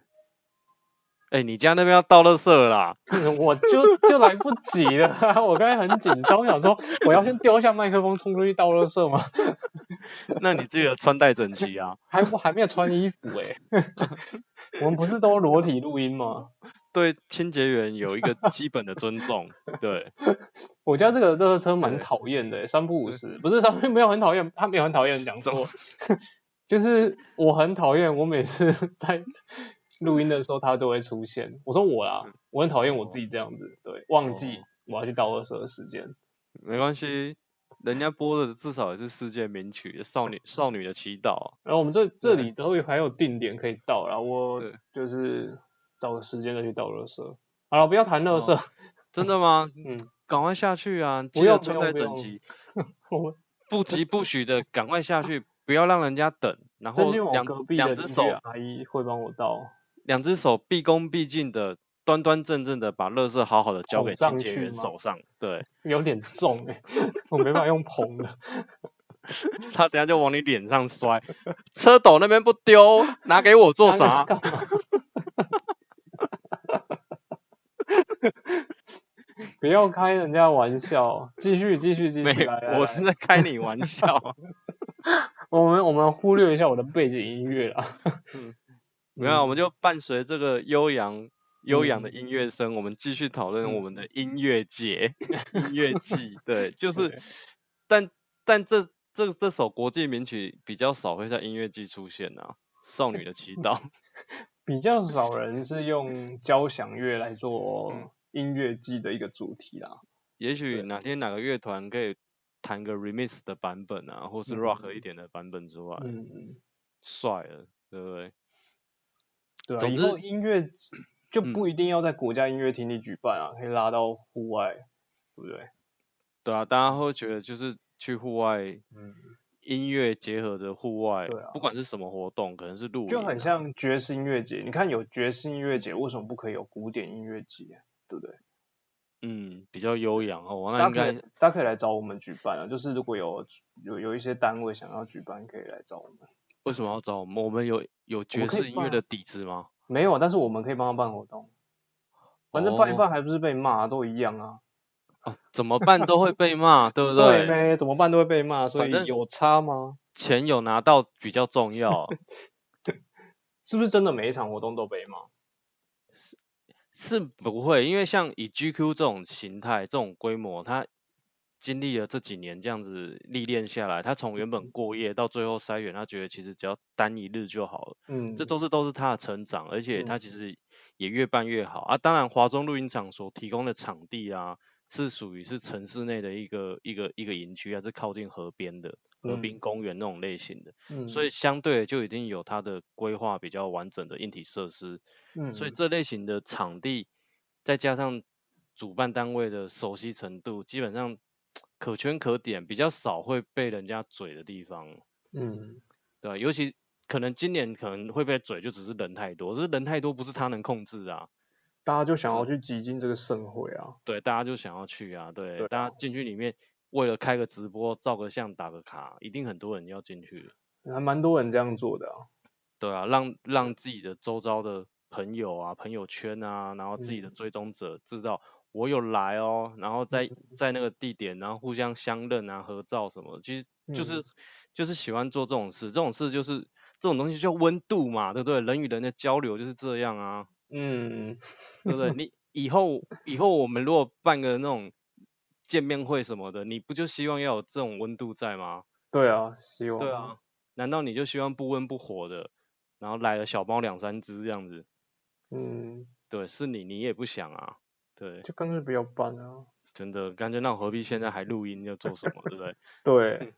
S1: 哎、你家那边要倒垃圾了啦！
S2: 嗯我就就来不及了 啊、我刚才很紧张，想说我要先丢下麦克风冲出去倒垃圾吗？
S1: 那你记得穿戴整齐啊。
S2: 还我还没有穿衣服诶、 我们不是都裸体录音吗？
S1: 对清洁员有一个基本的尊重，对，
S2: 我家这个热车蛮
S1: 对
S2: 讨厌的欸、三不五时，不是三不 没有很讨厌，他没有很讨厌讲
S1: 怎
S2: 错
S1: 么，
S2: 就是我很讨厌，我每次在录音的时候他都会出现。我说我啦，我很讨厌我自己这样子，对，忘记
S1: 嗯哦
S2: 我要去倒垃圾的时间。
S1: 没关系，人家播的至少也是世界名曲《少
S2: 嗯
S1: 女少女的祈祷》啊，
S2: 然后我们这这里都有还有定点可以倒啦，我
S1: 对
S2: 就是找个时间再去倒垃圾。好了，不要谈垃圾，
S1: 哦真的吗？
S2: 嗯，
S1: 赶快下去啊！
S2: 不
S1: 记得
S2: 用不
S1: 穿
S2: 用
S1: 戴
S2: 不
S1: 整
S2: 用
S1: 齐，
S2: 我们
S1: 不急不徐的赶快下去，不要让人家等。然
S2: 真
S1: 后
S2: 心我
S1: 两
S2: 隔壁的啊
S1: 两
S2: 邻
S1: 只
S2: 居
S1: 手
S2: 阿姨会帮我倒，
S1: 两只手毕恭毕敬的、端端正正的把垃圾好好的交
S2: 捧
S1: 给
S2: 上
S1: 清洁
S2: 去
S1: 员
S2: 吗
S1: 手上，对
S2: 有点重哎、 我没办法用捧的。
S1: 他等下就往你脸上摔， 车斗那边不丢，拿给我做啥？
S2: 干嘛？ 不要开人家玩笑，继续继续继
S1: 没
S2: 续来，来
S1: 我
S2: 来
S1: 是在开你玩笑啊。
S2: 我们我们忽略一下我的背景音乐啊嗯啦。
S1: 没有啊，我们
S2: 就
S1: 就伴随这个悠扬悠扬的
S2: 嗯
S1: 音乐声，我们继续讨论我
S2: 嗯
S1: 们的音乐 节、音乐季。对，就是
S2: 对，
S1: 但但这这这首国际名曲比较少会在音乐季出现啊，《少女的祈祷》
S2: 比较少人是用交响乐来做
S1: 嗯
S2: 音乐季的一个主题啦。
S1: 也许哪天哪个乐团可以弹个 remix 的版本啊，或是 rock 一点的版本之外，
S2: 嗯，
S1: 帅了，对不对？
S2: 对啊，
S1: 总
S2: 以
S1: 之嗯
S2: 后音乐就不一定要在国家音乐厅里举办啊，可以拉到户外，对不对？
S1: 对啊，大家会觉得就是去户外。
S2: 嗯，
S1: 音乐结合着户外，
S2: 对啊
S1: 不管是什么活动，可能是露
S2: 就
S1: 营
S2: 很
S1: 啊
S2: 像爵士音乐节，你看有爵士音乐节，为什么不可以有古典音乐节？对不对？
S1: 嗯，比较悠扬哦，那
S2: 大家
S1: 应
S2: 可
S1: 该
S2: 以大家可以来找我们举办啊，就是如果有有有一些单位想要举办，可以来找我们。
S1: 为什么要找我们？我们有有爵
S2: 可以
S1: 士音乐
S2: 办
S1: 的底子吗？
S2: 没有，啊，但是我们可以帮他办活动，反正办一
S1: 哦
S2: 办还不是被骂、都一样啊。
S1: 怎么办都会被骂，对不
S2: 对
S1: 对？
S2: 呗，怎么办都会被骂，所
S1: 反
S2: 以
S1: 正
S2: 有差吗？
S1: 钱有拿到比较重 要，
S2: 是不是真的每一场活动都被骂？
S1: 是不会，因为像以 GQ 这种形态、这种规模，它经历了这几年这样子历练下来，它从原
S2: 嗯
S1: 本过夜到最后筛选，他觉得其实只要单一日就好了，
S2: 嗯，
S1: 这都是都是他的成长，而且
S2: 嗯
S1: 他其实也越办越好啊。当然，华中录音厂所提供的场地啊，是属于是城市内的一个一个一个营区啊，是靠近河边的河
S2: 嗯
S1: 滨公园那种类型的，
S2: 嗯
S1: 所以相对的就已经有它的规划比较完整的硬体设施，
S2: 嗯，
S1: 所以这类型的场地，再加上主办单位的熟悉程度，基本上可圈可点，比较少会被人家嘴的地方，
S2: 嗯
S1: 对吧啊尤其可能今年可能会被嘴，就只是人太多，只是人太多不是他能控制的啊，
S2: 大家就想要去挤进这个盛会啊，
S1: 对，大家就想要去啊，对，
S2: 对
S1: 大家进去里面为了开个直播、照个相、打个卡，一定很多人要进去，
S2: 还蛮多人这样做的啊。
S1: 对啊，让让自己的周遭的朋友啊、朋友圈啊，然后自己的
S2: 嗯
S1: 追踪者知道我有来哦，然后在在那个地点，然后互相相认啊、合照什么，其实就是、
S2: 嗯
S1: 就是喜欢做这种事，这种事就是这种东西叫温度嘛，对不对？人与人的交流就是这样啊，
S2: 嗯，
S1: 对不对？你以后以后我们如果办个那种见面会什么的，你不就希望要有这种温度在吗？
S2: 对啊，希望
S1: 对，啊，难道你就希望不温不火的，然后来了小猫两三只这样子？
S2: 嗯，
S1: 对，是你，你也不想啊。对，
S2: 就干脆不要办啊。
S1: 真的，感觉那我何必现在还录音要做什么，对不对？
S2: 对，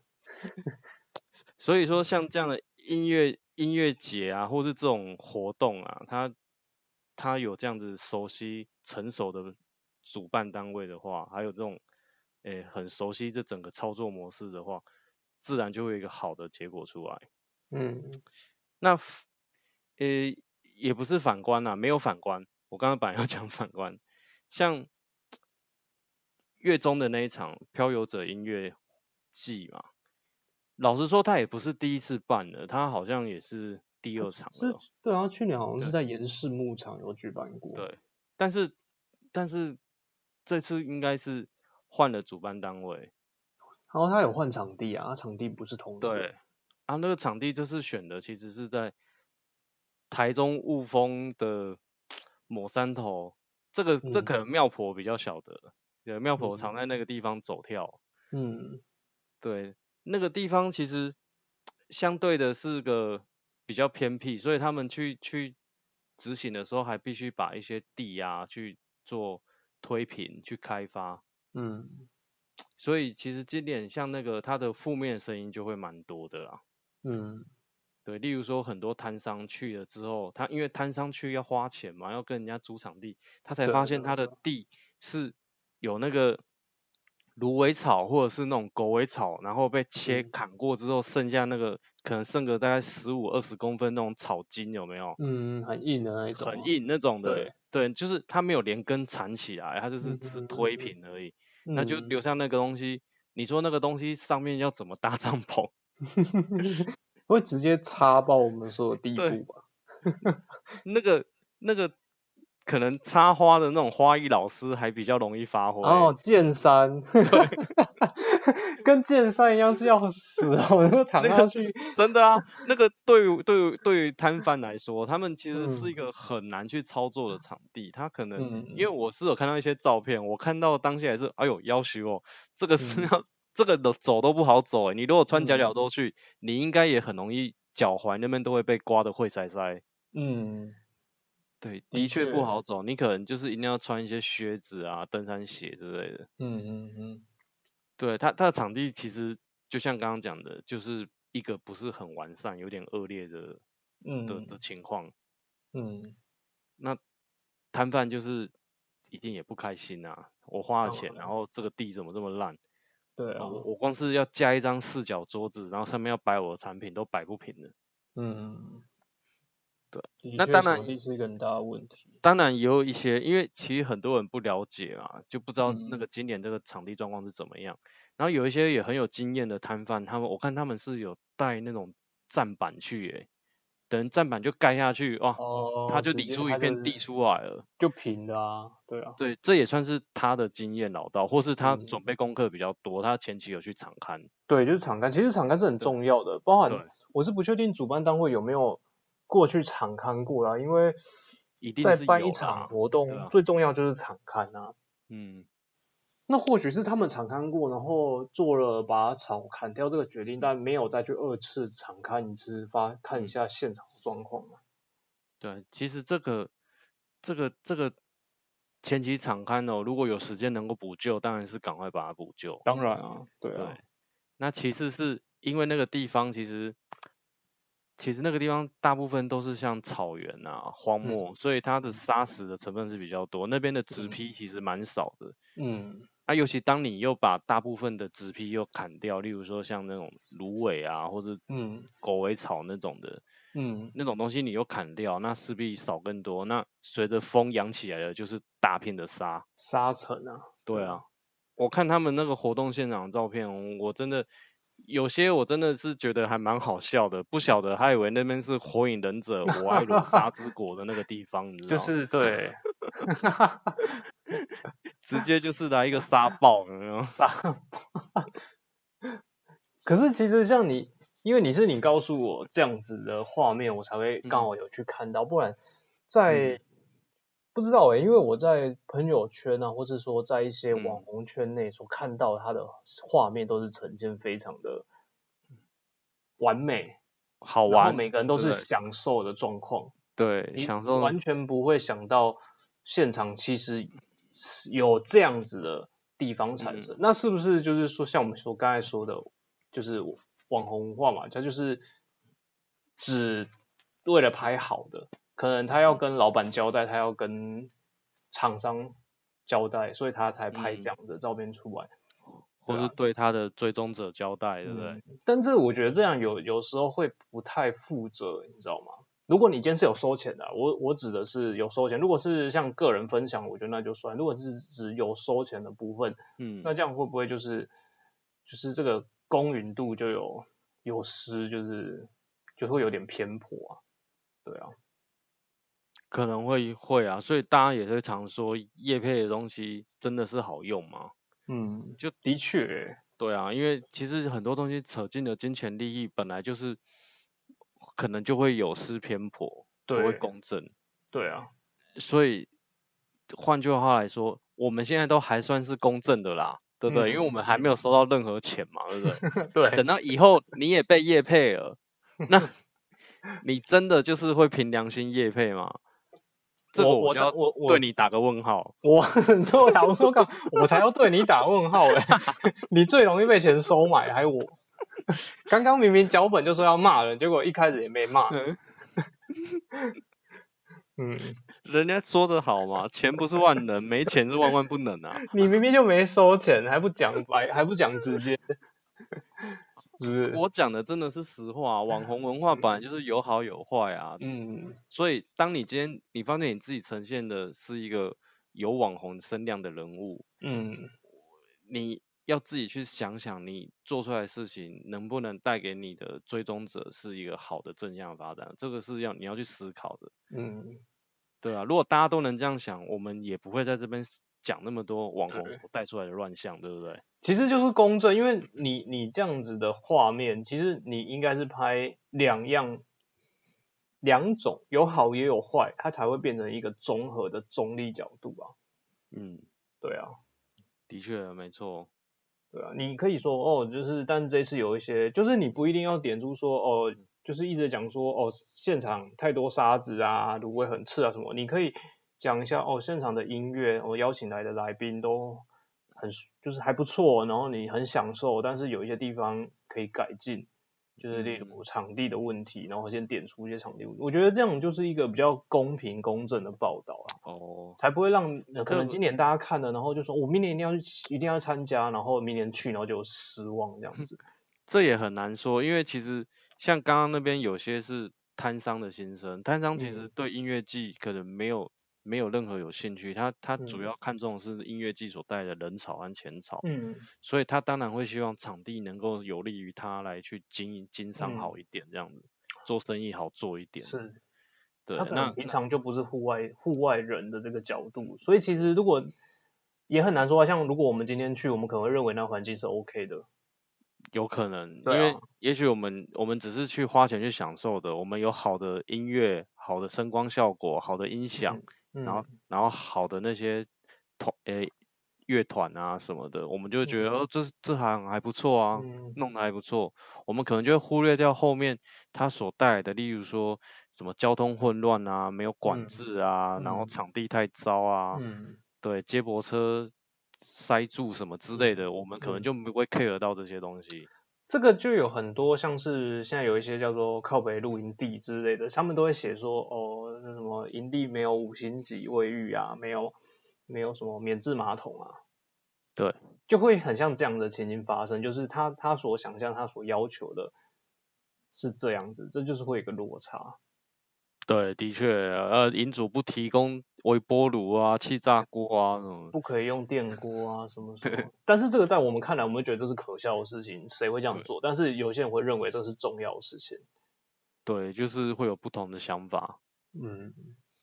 S1: 所以说，像这样的音乐音乐节啊，或是这种活动啊，它它有这样子熟悉成熟的主办单位的话，还有这种诶、很熟悉这整个操作模式的话，自然就会有一个好的结果出来。
S2: 嗯
S1: 那 f- 呃也不是反观啦，没有反观。我刚刚本来要讲反观，像月中的那一场漂游者音乐季嘛，老实说他也不是第一次办了，他好像也是第二场
S2: 是
S1: 了。，
S2: 对啊，去年好像是在严氏牧场有举办过。
S1: 对但是但是这次应该是换了主办单位，
S2: 然后他有换场地啊，他场地不是同一个
S1: 对，，啊，那个场地这次选的其实是在台中雾峰的某山头，这个这
S2: 嗯
S1: 可能妙婆比较晓得，对，妙婆常在那个地方走跳，
S2: 嗯
S1: 对，那个地方其实相对的是个比较偏僻，所以他们去去执行的时候还必须把一些地啊去做推平去开发，
S2: 嗯
S1: 所以其实今年像那个它的负面声音就会蛮多的啦。
S2: 嗯
S1: 对，例如说很多摊商去了之后，他因为摊商去要花钱嘛，要跟人家租场地，他才
S2: 对啊
S1: 发
S2: 对
S1: 现他的地是有那个芦苇草或者是那种狗尾草，然后被切
S2: 嗯
S1: 砍过之后，剩下那个可能剩个大概十五二十公分那种草茎，有没有？
S2: 嗯，很硬的那一种、
S1: 很，硬那种的
S2: 对，
S1: 对，就是它没有连根缠起来，它就是只是推
S2: 嗯
S1: 平而已，那
S2: 那
S1: 就留下那个东西。你说那个东西上面要怎么搭帐篷？
S2: 会直接插爆我们所有地
S1: 对
S2: 步吧？
S1: 那个那个可能插花的那种花艺老师还比较容易发挥。
S2: 然后剑山，跟剑山一样是要死哦，那躺下去，
S1: 真的啊，那个对于对于对于摊贩来说，他们其实是一
S2: 嗯
S1: 个很难去操作的场地，他可能。
S2: 嗯，
S1: 因为我是有看到一些照片，我看到当下也是，哎呦，要求哦，这个是
S2: 嗯
S1: 要、这个的走都不好走欸你如果穿脚脚
S2: 嗯
S1: 都去，你应该也很容易脚踝那边都会被刮的会塞塞。
S2: 嗯
S1: 对，
S2: 的
S1: 的确不
S2: 确
S1: 好走，你可能就是一定要穿一些靴子啊、登山鞋之类的。
S2: 嗯嗯嗯，
S1: 对它它的场地其实就像刚刚讲的，就是一个不是很完善、有点恶劣的
S2: 嗯
S1: 的的情况。
S2: 嗯，
S1: 那摊贩就是一定也不开心啊！我花了
S2: 当
S1: 钱，然
S2: 然
S1: 后这个地怎么这么烂？
S2: 对啊
S1: 啊，我我光是要加一张四角桌子，然后上面要摆我的产品，都摆不平的。
S2: 嗯，
S1: 对，那
S2: 那
S1: 当
S2: 当
S1: 然
S2: 然是一个很大的问题，
S1: 当然也有一些，因为其实很多人不了解啊，就不知道那
S2: 嗯
S1: 个今年这个场地状况是怎么样。然后有一些也很有经验的摊贩，他们我看他们是有带那种站板去、欸，等站板就盖下去，哇，
S2: 哦，
S1: 他就
S2: 直
S1: 理
S2: 接
S1: 出一
S2: 他就
S1: 片
S2: 是
S1: 地出来了。
S2: 就平的啊，对啊，
S1: 对，这也算是他的经验老道，或是他
S2: 嗯
S1: 准备功课比较多，他前期有去场刊。
S2: 对，就是场刊，其实场刊是很重要的，包
S1: 对
S2: 含我是不确定主办单位有没有过去场刊过啦，因为
S1: 一定
S2: 在
S1: 是
S2: 办
S1: 有
S2: 一
S1: 的啊
S2: 场活动、
S1: 对啊
S2: 最重要就是场刊啊，
S1: 嗯，
S2: 那或许是他们场刊过，然后做了把草砍掉这个决定，但没有再去二次场刊一次发看一下现场状况嘛。
S1: 对，其实这个这个这个前期场刊哦，如果有时间能够补救，当然是赶快把它补救。
S2: 当然啊，对
S1: 对，那其次是因为那个地方其实，其实那个地方大部分都是像草原啊、荒
S2: 嗯
S1: 漠，所以它的沙石的成分是比较多，那边的植
S2: 嗯
S1: 批其实蛮少的。
S2: 嗯，
S1: 啊，尤其当你又把大部分的植批又砍掉，例如说像那种芦苇啊，或者
S2: 嗯
S1: 狗尾草那种的，
S2: 嗯
S1: 那种东西你又砍掉，那势必少更多。那随着风扬起来的就是大片的沙。
S2: 沙尘啊，
S1: 对啊，我看他们那个活动现场的照片，我真的有些我真的是觉得还蛮好笑的，不晓得还以为那边是《火影忍者》我爱罗沙之国的那个地方，你知道
S2: 就
S1: 吗？
S2: 是 对
S1: 直接就是来一个沙暴，有没 有？
S2: 沙。可是其实像你，因为你是你告诉我这样子的画面，我才会刚好有去看到，不然在、
S1: 嗯
S2: 不知道诶、欸因为我在朋友圈啊，或是说在一些
S1: 嗯
S2: 网红圈内所看到它的画面，都是呈现非常的完美，
S1: 好
S2: 然后
S1: 玩，
S2: 每个人都
S1: 对
S2: 是
S1: 不对
S2: 享受的状况，
S1: 对，
S2: 你
S1: 享受
S2: 完全不会想到现场其实是有这样子的地方产
S1: 嗯
S2: 生。那是不是就是说，像我们所刚才说的，就是网红文化嘛，它就是只为了拍好的，可能他要跟老板交代，他要跟厂商交代，所以他才拍
S1: 嗯
S2: 这样子的照片出来。
S1: 或
S2: 对啊
S1: 是对他的追踪者交代，对不对？
S2: 嗯但这我觉得这样有有时候会不太负责，你知道吗？如果你今天是有收钱的啊、我我指的是有收钱。如果是像个人分享，我觉得那就算；如果是指有收钱的部分，
S1: 嗯，
S2: 那这样会不会就是就是这个公允度就有有失，就是就会有点偏颇啊？对啊，
S1: 可能会会啊，所以大家也会常说叶配的东西真的是好用吗？
S2: 嗯，
S1: 就
S2: 的确欸、
S1: 对啊，因为其实很多东西扯进了金钱利益，本来就是可能就会有失偏颇，不会
S2: 对
S1: 公正。
S2: 对啊，
S1: 所以换句话来说，我们现在都还算是公正的啦，对不对？因为我
S2: 嗯
S1: 们还没有收到任何钱嘛，对不对？
S2: 对
S1: 等到以后你也被业配了，那 你真的就是会凭良心业配吗？这个
S2: 我我
S1: 就要
S2: 当我我
S1: 对你打个问号。
S2: 我对我打问号干嘛， 我才要对你打问号嘞！ 你最容易被钱收买，还我。 刚刚明明脚本就说要骂人，结果一开始也没骂。 嗯，
S1: 人家说的好嘛，钱不是万能，没钱是万万不能啊。
S2: 你明明就没收钱，还不讲白，还不讲直接， 是不是？
S1: 我讲的真的是实话啊，网 红文化本来就是有好有坏啊。
S2: 嗯，
S1: 所以当你今天你发现你自己呈现的是一个有网红声量的人物，
S2: 嗯，
S1: 你要自己去想想，你做出来的事情能不能带给你的追踪者是一个好的正向发展，这个是要你要去思考的，
S2: 嗯，
S1: 对啊，如果大家都能这样想，我们也不会在这边讲那么多网红
S2: 对
S1: 所带出来的乱象，对不对？
S2: 其实就是公正，因为你你这样子的画面，其实你应该是拍两样，两种有好也有坏，它才会变成一个综合的中立角度啊。
S1: 嗯，
S2: 对啊，
S1: 的确没错，
S2: 对啊，你可以说哦，就是，但这次有一些，就是你不一定要点出说哦，就是一直讲说哦，现场太多沙子啊，芦苇很刺啊什么，你可以讲一下哦，现场的音乐，我、邀请来的来宾都很舒就是还不错，然后你很享受，但是有一些地方可以改进，就是例如场地的问题，然后先点出一些场地问题，我觉得这样就是一个比较公平公正的报道啊。
S1: 哦，
S2: 才不会让呃可
S1: 这个
S2: 能今年大家看了，然后就说我哦明年一定要去，一定要参加，然后明年去，然后就有失望这样 子。
S1: 这也很难说，因为其实像刚刚那边有些是摊商的心声，摊商其实
S2: 嗯
S1: 对音乐季可能没有没有任何有兴趣，他他主
S2: 嗯
S1: 要看重的是音乐季所带来的人潮和钱潮，
S2: 嗯，
S1: 所以他当然会希望场地能够有利于他来去经营经商好一点这样子。做生意好做一点。
S2: 嗯是，
S1: 对，
S2: 他可
S1: 那
S2: 能平常就不是户外户外人的这个角度，所以其实如果也很难说啊。像如果我们今天去，我们可能会认为那环境是 OK 的，
S1: 有可能，因
S2: 对
S1: 为
S2: 啊
S1: 也许我们我们只是去花钱去享受的，我们有好的音乐、好的声光效果、好的音响，
S2: 嗯，
S1: 然后然后好的那些团诶乐团啊什么的，我们就会觉得、
S2: 嗯
S1: 哦，这这行还不错啊，
S2: 嗯
S1: 弄得还不错，我们可能就会忽略掉后面它所带来的，例如说什么交通混乱啊，没有管
S2: 嗯
S1: 制啊，然后
S2: 嗯
S1: 场地太糟啊，
S2: 嗯，
S1: 对，接驳车塞住什么之类的，我们可能
S2: 嗯
S1: 就不会 care 到这些东西。
S2: 这个就有很多像是现在有一些叫做靠北露营地之类的，他们都会写说哦，那什么营地没有五星级卫浴啊，没有没有什么免治马桶啊，
S1: 对，
S2: 就会很像这样的情境发生，就是他他所想象他所要求的是这样子，这就是会有一个落差。
S1: 对，的确，呃，银主不提供微波炉啊、气炸锅啊什么的，
S2: 不可以用电锅啊，什么什 么。但是这个在我们看来，我们会觉得这是可笑的事情，谁会这样
S1: 对
S2: 做？但是有些人会认为这是重要的事情。
S1: 对，就是会有不同的想法。
S2: 嗯，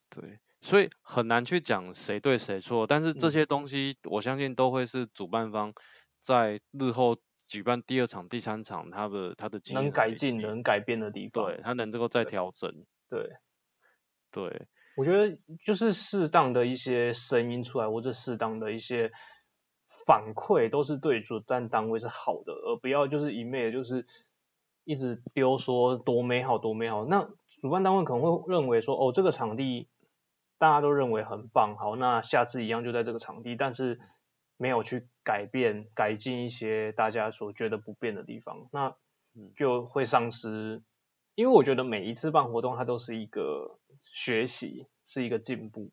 S1: 对，所以很难去讲谁对谁错，但是这
S2: 嗯
S1: 些东西我相信都会是主办方在日后举办第二场、第三场，他的他的经验
S2: 能
S1: 的
S2: 改
S1: 累
S2: 进、
S1: 积，
S2: 能改变的地方。
S1: 对他能够再
S2: 对
S1: 调整，
S2: 对，
S1: 对，
S2: 我觉得就是适当的一些声音出来，或者适当的一些反馈，都是对主办单位是好的，而不要就是一昧的就是一直丢说多美好多美好。那主办单位可能会认为说，哦，这个场地大家都认为很棒，好，那下次一样就在这个场地，但是没有去改变、改进一些大家所觉得不变的地方，那
S1: 嗯
S2: 就会丧失。因为我觉得每一次办活动，它都是一个学习，是一个进步。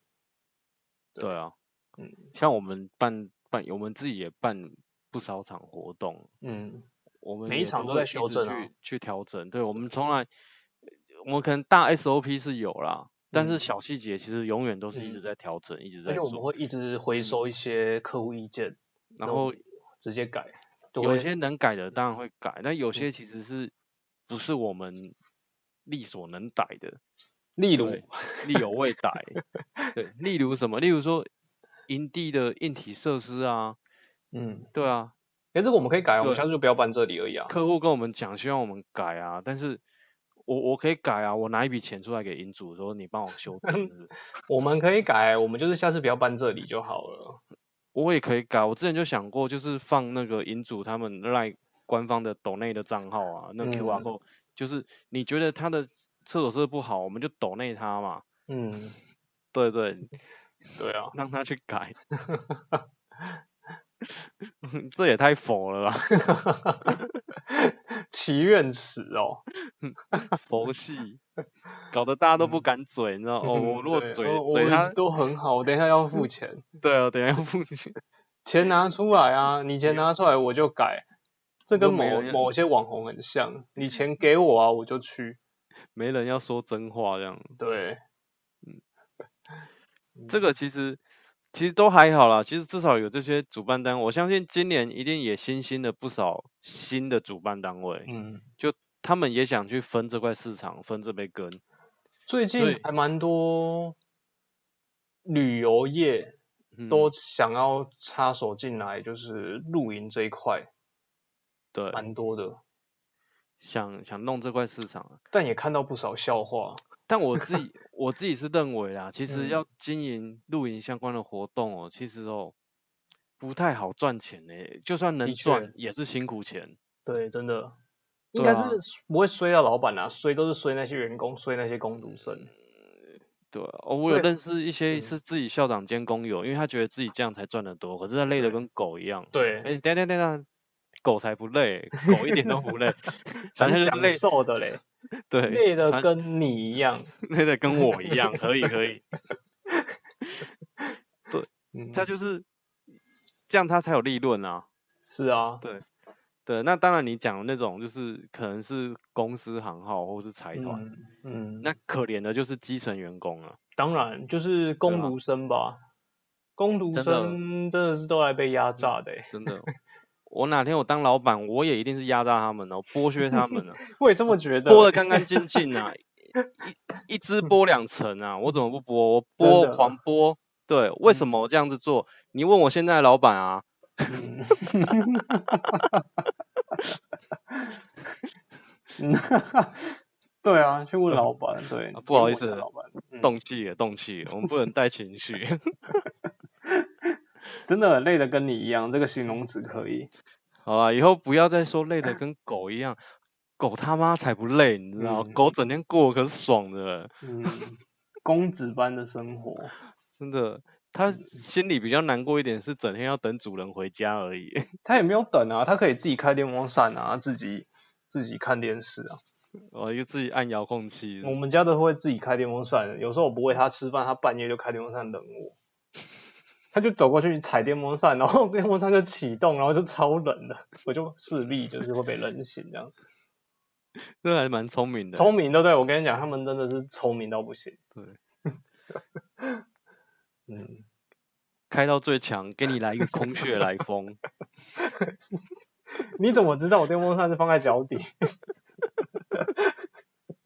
S2: 对
S1: 对啊，
S2: 嗯
S1: 像我们办办，我们自己也办不少场活动，
S2: 嗯
S1: 我们
S2: 每一
S1: 也
S2: 场
S1: 都
S2: 都
S1: 会
S2: 在
S1: 一
S2: 修
S1: 直
S2: 正啊
S1: 去去调整，对我们从来，我们可能大 SOP 是有啦，但是
S2: 嗯
S1: 小细节其实永远都是一直
S2: 嗯
S1: 在调整，一直
S2: 而
S1: 在
S2: 且我们
S1: 做，
S2: 会一直
S1: 嗯
S2: 回收一些客户意见，
S1: 然
S2: 那我
S1: 后
S2: 们直接改。对嗯
S1: 有些能改的当然会改，但有些其实是不是我们力所能逮的，
S2: 例如，
S1: 对 力有未逮。对，例如什么？例如说营地的硬体设施啊，
S2: 嗯，
S1: 对啊，
S2: 哎，这个我们可以改啊，我们
S1: 对
S2: 下次就不要搬这里而已啊。
S1: 客户跟我们讲，希望我们改啊，但是我我可以改啊，我拿一笔钱出来给营主说，你帮我修 正是不是
S2: 我们可以改，我们就是下次不要搬这里就好了。
S1: 我也可以改。我之前就想过，就是放那个营主他们赖官方的抖内的账号啊，那 QR
S2: 嗯
S1: code，、就是你觉得他的厕所设施不好，我们就抖内他嘛。
S2: 嗯，
S1: 对对，
S2: 对啊，
S1: 让他去改。 这也太佛了吧，
S2: 祈愿池哦，
S1: 佛系，搞得大家都不敢嘴，你知道？哦，我如果
S2: 嗯对
S1: 嘴
S2: 哦我
S1: 嘴他，
S2: 都很好，我等一下要付钱，
S1: 对啊，等一下要付钱。
S2: 钱拿出来啊，你钱拿出来我就改。这跟
S1: 都没
S2: 某
S1: 人要
S2: 某些网红很像，你钱给我啊，我就去。
S1: 没人要说真话这样。
S2: 对，
S1: 这个其实其实都还好啦，其实至少有这些主办单位，我相信今年一定也新兴了不少新的主办单位，
S2: 嗯，
S1: 他们也想去分这块市场，分这杯羹。
S2: 最近
S1: 对
S2: 还蛮多旅游业
S1: 嗯，
S2: 都想要插手进来，就是露营这一块
S1: 对，
S2: 蛮多的，
S1: 想想弄这块市场啊。
S2: 但也看到不少笑话。
S1: 但我自 己我自己是认为啦，其实
S2: 嗯
S1: 要经营露营相关的活动哦，其实哦不太好赚钱呢、欸就算能
S2: 的确
S1: 赚也是辛苦钱。
S2: 对，真的，应
S1: 对
S2: 该
S1: 啊
S2: 是不会衰到老板啊，衰都是衰那些员工，衰那些工读生。
S1: 对啊、哦，我
S2: 所
S1: 有
S2: 以
S1: 认识一些
S2: 嗯
S1: 是自己校长兼工友，因为他觉得自己这样才赚得多，可是他累得
S2: 对
S1: 跟狗一样。
S2: 对，
S1: 哎、等一下等一下等一下，狗才不累，狗一点都 不累，反正就
S2: 很
S1: 是
S2: 享
S1: 累，
S2: 受的嘞，
S1: 对，
S2: 累的
S1: 反
S2: 跟你一样。
S1: 累得跟我一样，可以可 以，
S2: 嗯，
S1: 他就是这样，他才有利润啊。
S2: 是啊，
S1: 对，那当然你讲的那种就是可能是公司行号或是财团，
S2: 嗯嗯，
S1: 那可怜的就是基层员工啊了、
S2: 当然就是工读生吧，工读
S1: 真的
S2: 生真的是都来被压榨的欸、
S1: 真的。我哪天我当老板，我也一定是压榨他们哦，剥削他们啊，
S2: 我也这 么觉得。
S1: 剥的干干净净啊，一一只剥两层啊，我怎么不剥？我
S2: 真
S1: 剥
S2: 的
S1: 狂剥，对，为什么我这样子做？你问我现在的老板啊，
S2: 嗯对啊，去问老板，对，
S1: 啊不好
S2: 问
S1: 意
S2: 我家
S1: 思
S2: 老板，嗯
S1: 动气也动气，我们不能带情绪。
S2: 真的累的跟你一样，这个形容词可以，
S1: 好啦，以后不要再说累的跟狗一样，狗他妈才不累，你知道？
S2: 嗯
S1: 狗整天过可是爽的，
S2: 嗯，公子般的生活，
S1: 真的。它心里比较难过一点是整天要等主人回家而已。
S2: 他也没有等啊，他可以自己开电风扇啊，自己自己看电视啊，
S1: 我又哦自己按遥控器，
S2: 我们家都会自己开电风扇，有时候我不喂他吃饭，他半夜就开电风扇冷我。他就走过去踩电风扇，然后电风扇就启动，然后就超冷的，我就势必就是会被冷醒这样。
S1: 这还蛮聪明的。
S2: 聪明，对不对？我跟你讲，他们真的是聪明到不行。
S1: 对，
S2: 嗯，
S1: 开到最强，给你来一个空穴来风。
S2: 你怎么知道我电风扇是放在脚底？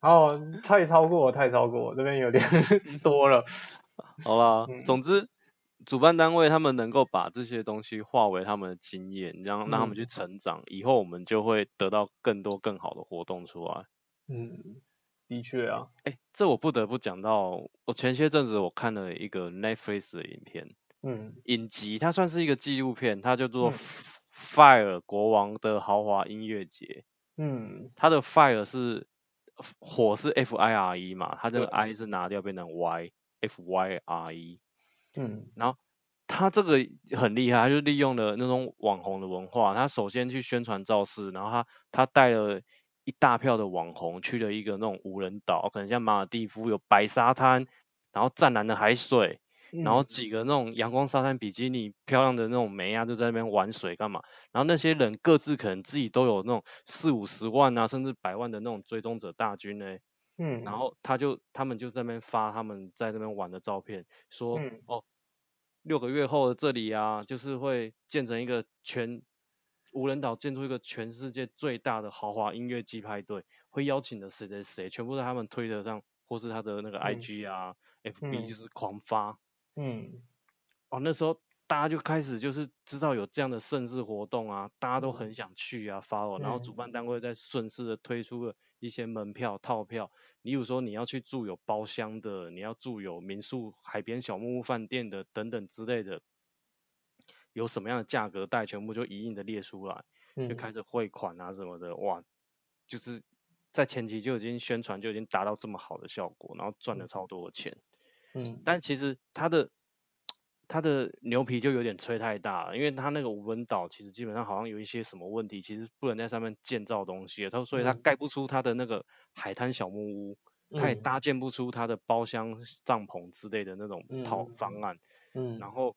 S2: 哦，太超过了，太超过了，这边有点 多了。
S1: 好啦，
S2: 嗯
S1: 总之，主办单位他们能够把这些东西化为他们的经验，让让他
S2: 嗯
S1: 们去成长，以后我们就会得到更多更好的活动出来。
S2: 嗯，的确啊，
S1: 哎，这我不得不讲到，我前些阵子我看了一个 Netflix 的影片
S2: 嗯
S1: 影集，它算是一个纪录片，它叫做
S2: 嗯
S1: 《Fire 国王的豪华音乐节》。
S2: 嗯
S1: 它的 Fire 是火是 F I R E 嘛，它这个
S2: 对
S1: I 是拿掉变成 Y F Y R E。
S2: 嗯
S1: 它这个很厉害，它就利用了那种网红的文化。它首先去宣传造势，然后它它带了一大票的网红去了一个那种无人岛，可能像马尔蒂夫有白沙滩，然后湛蓝的海水，
S2: 嗯，
S1: 然后几个那种阳光沙滩比基尼漂亮的那种梅啊，就在那边玩水干嘛？然后那些人各自可能自己都有那种四五十万啊，甚至百万的那种追踪者大军呢、
S2: 嗯，
S1: 然后他就他们就在那边发他们在那边玩的照片，说、
S2: 嗯
S1: 哦，六个月后的这里啊，就是会建成一个全无人岛，建出一个全世界最大的豪华音乐季派对，会邀请的谁谁谁，全部在他们推特上或是他的那个
S2: 嗯
S1: IG 啊、FB
S2: 嗯
S1: 就是狂发。
S2: 嗯
S1: 哦，那时候大家就开始就是知道有这样的盛事活动啊，大家都
S2: 嗯
S1: 很想去啊，follow，然后主办单位再顺势的推出了一些门票套票，例如说你要去住有包厢的，你要住有民宿、海边小木屋饭店的等等之类的，有什么样的价格带，全部就一应的列出来，就
S2: 嗯，
S1: 开始汇款啊什么的，哇，就是在前期就已经宣传就已经达到这么好的效果，然后赚了超多的钱。
S2: 嗯
S1: 但其实它的它的牛皮就有点吹太大了，因为它那个文岛其实基本上好像有一些什么问题，其实不能在上面建造东西了，它所以它
S2: 嗯
S1: 盖不出它的那个海滩小木屋，它也
S2: 嗯
S1: 搭建不出它的包厢、帐篷之类的那种套
S2: 嗯
S1: 方案，
S2: 嗯，
S1: 然后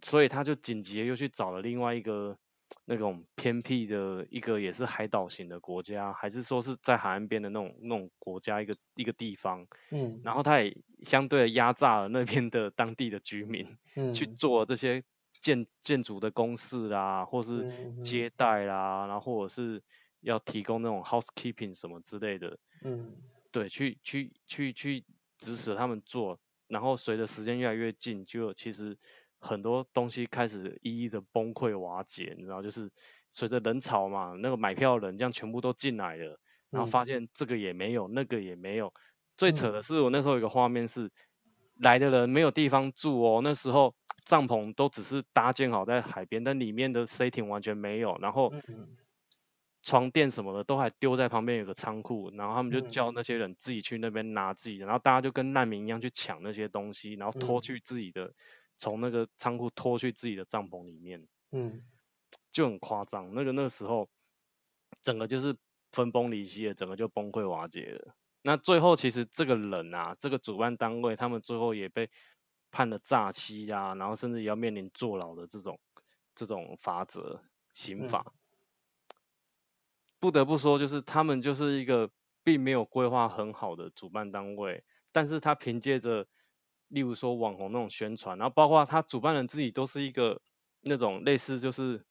S1: 所以他就紧急地又去找了另外一个。那种偏僻的一个也是海岛型的国家，还是说是在海岸边的那种那种国家一个一个地方，
S2: 嗯
S1: 然后他也相对地压榨了那边的当地的居民，
S2: 嗯
S1: 去做这些建建筑的公示啦，或是
S2: 嗯嗯
S1: 接待啦，然后或者是要提供那种 housekeeping 什么之类的，
S2: 嗯
S1: 对，去去去去指使他们做。然后随着时间越来越近，就其实很多东西开始一一的崩溃瓦解，你知道，就是随着人潮嘛，那个买票的人这样全部都进来了，然后
S2: 嗯
S1: 发现这个也没有，那个也没有。最扯
S2: 嗯
S1: 的是，我那时候有个画面是，来的人没有地方住哦，那时候帐篷都只是搭建好在海边，但里面的 setting 完全没有，然后
S2: 嗯
S1: 床垫什么的都还丢在旁边有个仓库，然后他们就
S2: 嗯
S1: 叫那些人自己去那边拿自己的，然后大家就跟难民一样去抢那些东西，然后拖
S2: 嗯
S1: 去自己的，从那个仓库拖去自己的帐篷里面，
S2: 嗯
S1: 就很夸张。那个那个时候，整个就是分崩离析了，整个就崩溃瓦解了。那最后其实这个人啊，这个主办单位他们最后也被判了诈欺啊，然后甚至也要面临坐牢的这种这种法则刑
S2: 嗯
S1: 法。不得不说，就是他们就是一个并没有规划很好的主办单位，但是他凭借着，例如说网红那种宣传，然后包括他主办人自己都是一个那种类似就是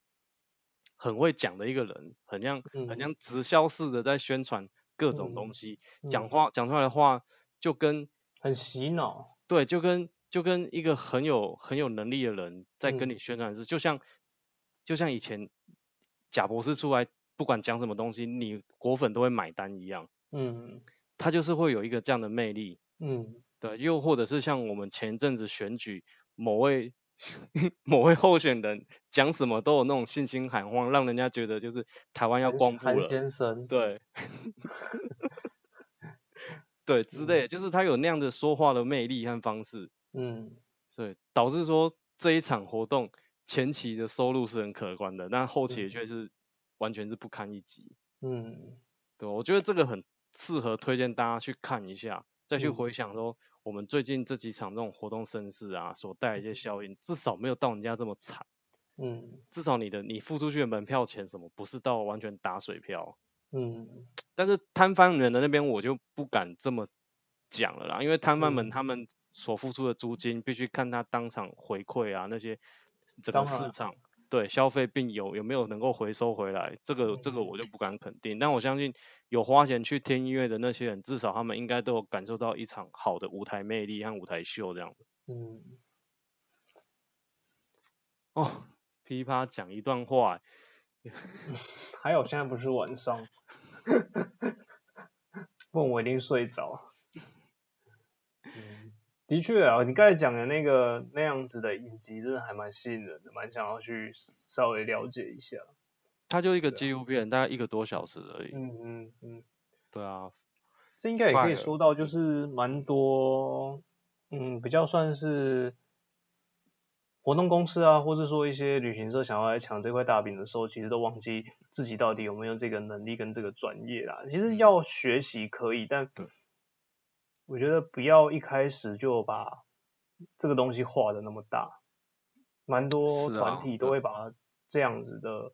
S1: 很会讲的一个人，很像很
S2: 嗯
S1: 像直销似的在宣传各种
S2: 嗯
S1: 东西，讲
S2: 嗯
S1: 话讲出来的话就跟
S2: 很洗脑，
S1: 对，就跟就跟一个很有很有能力的人在跟
S2: 嗯
S1: 你宣传是，就像就像以前贾博士出来，不管讲什么东西，你果粉都会买单一样，
S2: 嗯
S1: 他就是会有一个这样的魅力，
S2: 嗯
S1: 对，又或者是像我们前一阵子选举某位 某位候选人讲什么都有那种信心喊话，让人家觉得就是台湾要
S2: 韩
S1: 光复
S2: 韩
S1: 了，
S2: 先生，
S1: 对，对之类的，就是他有那样的说话的魅力和方式。
S2: 嗯
S1: 对，导致说这一场活动前期的收入是很可观的，但后期也
S2: 嗯
S1: 却是完全是不堪一击。
S2: 嗯
S1: 对，我觉得这个很适合推荐大家去看一下，再去
S2: 嗯
S1: 回想说我们最近这几场这种活动声势啊，所带来一些效应，至少没有到人家这么惨，
S2: 嗯
S1: 至少你的你付出去的门票钱什么不是到完全打水漂。
S2: 嗯
S1: 但是摊贩人的那边我就不敢这么讲了啦，因为摊贩们
S2: 嗯
S1: 他们所付出的租金必须看他当场回馈啊那些整
S2: 当
S1: 个
S2: 然
S1: 市场对消费并有有没有能够回收回来，这个这个
S2: 嗯
S1: 我就不敢肯定，但我相信有花钱去听音乐的那些人，至少他们应该都有感受到一场好的舞台魅力和舞台秀这样子。
S2: 嗯，
S1: 哦，噼啪讲一段话欸、
S2: 还有现在不是晚上，问我一定睡着。嗯，的确啊，你刚才讲的那个那样子的影集，真的还蛮吸引人的，蛮想要去稍微了解一下。
S1: 它就一个
S2: 对啊
S1: 纪录片，大概一个多小时而已。
S2: 嗯嗯嗯，
S1: 对啊，
S2: 这应该也可以
S1: Fire
S2: 说到，就是蛮多，嗯，比较算是活动公司啊，或者说一些旅行社想要来抢这块大饼的时候，其实都忘记自己到底有没有这个能力跟这个专业啦。其实
S1: 嗯
S2: 要学习可以，但
S1: 对
S2: 我觉得不要一开始就把这个东西画的那么大，蛮多
S1: 是啊
S2: 团体都
S1: 对
S2: 会把这样子的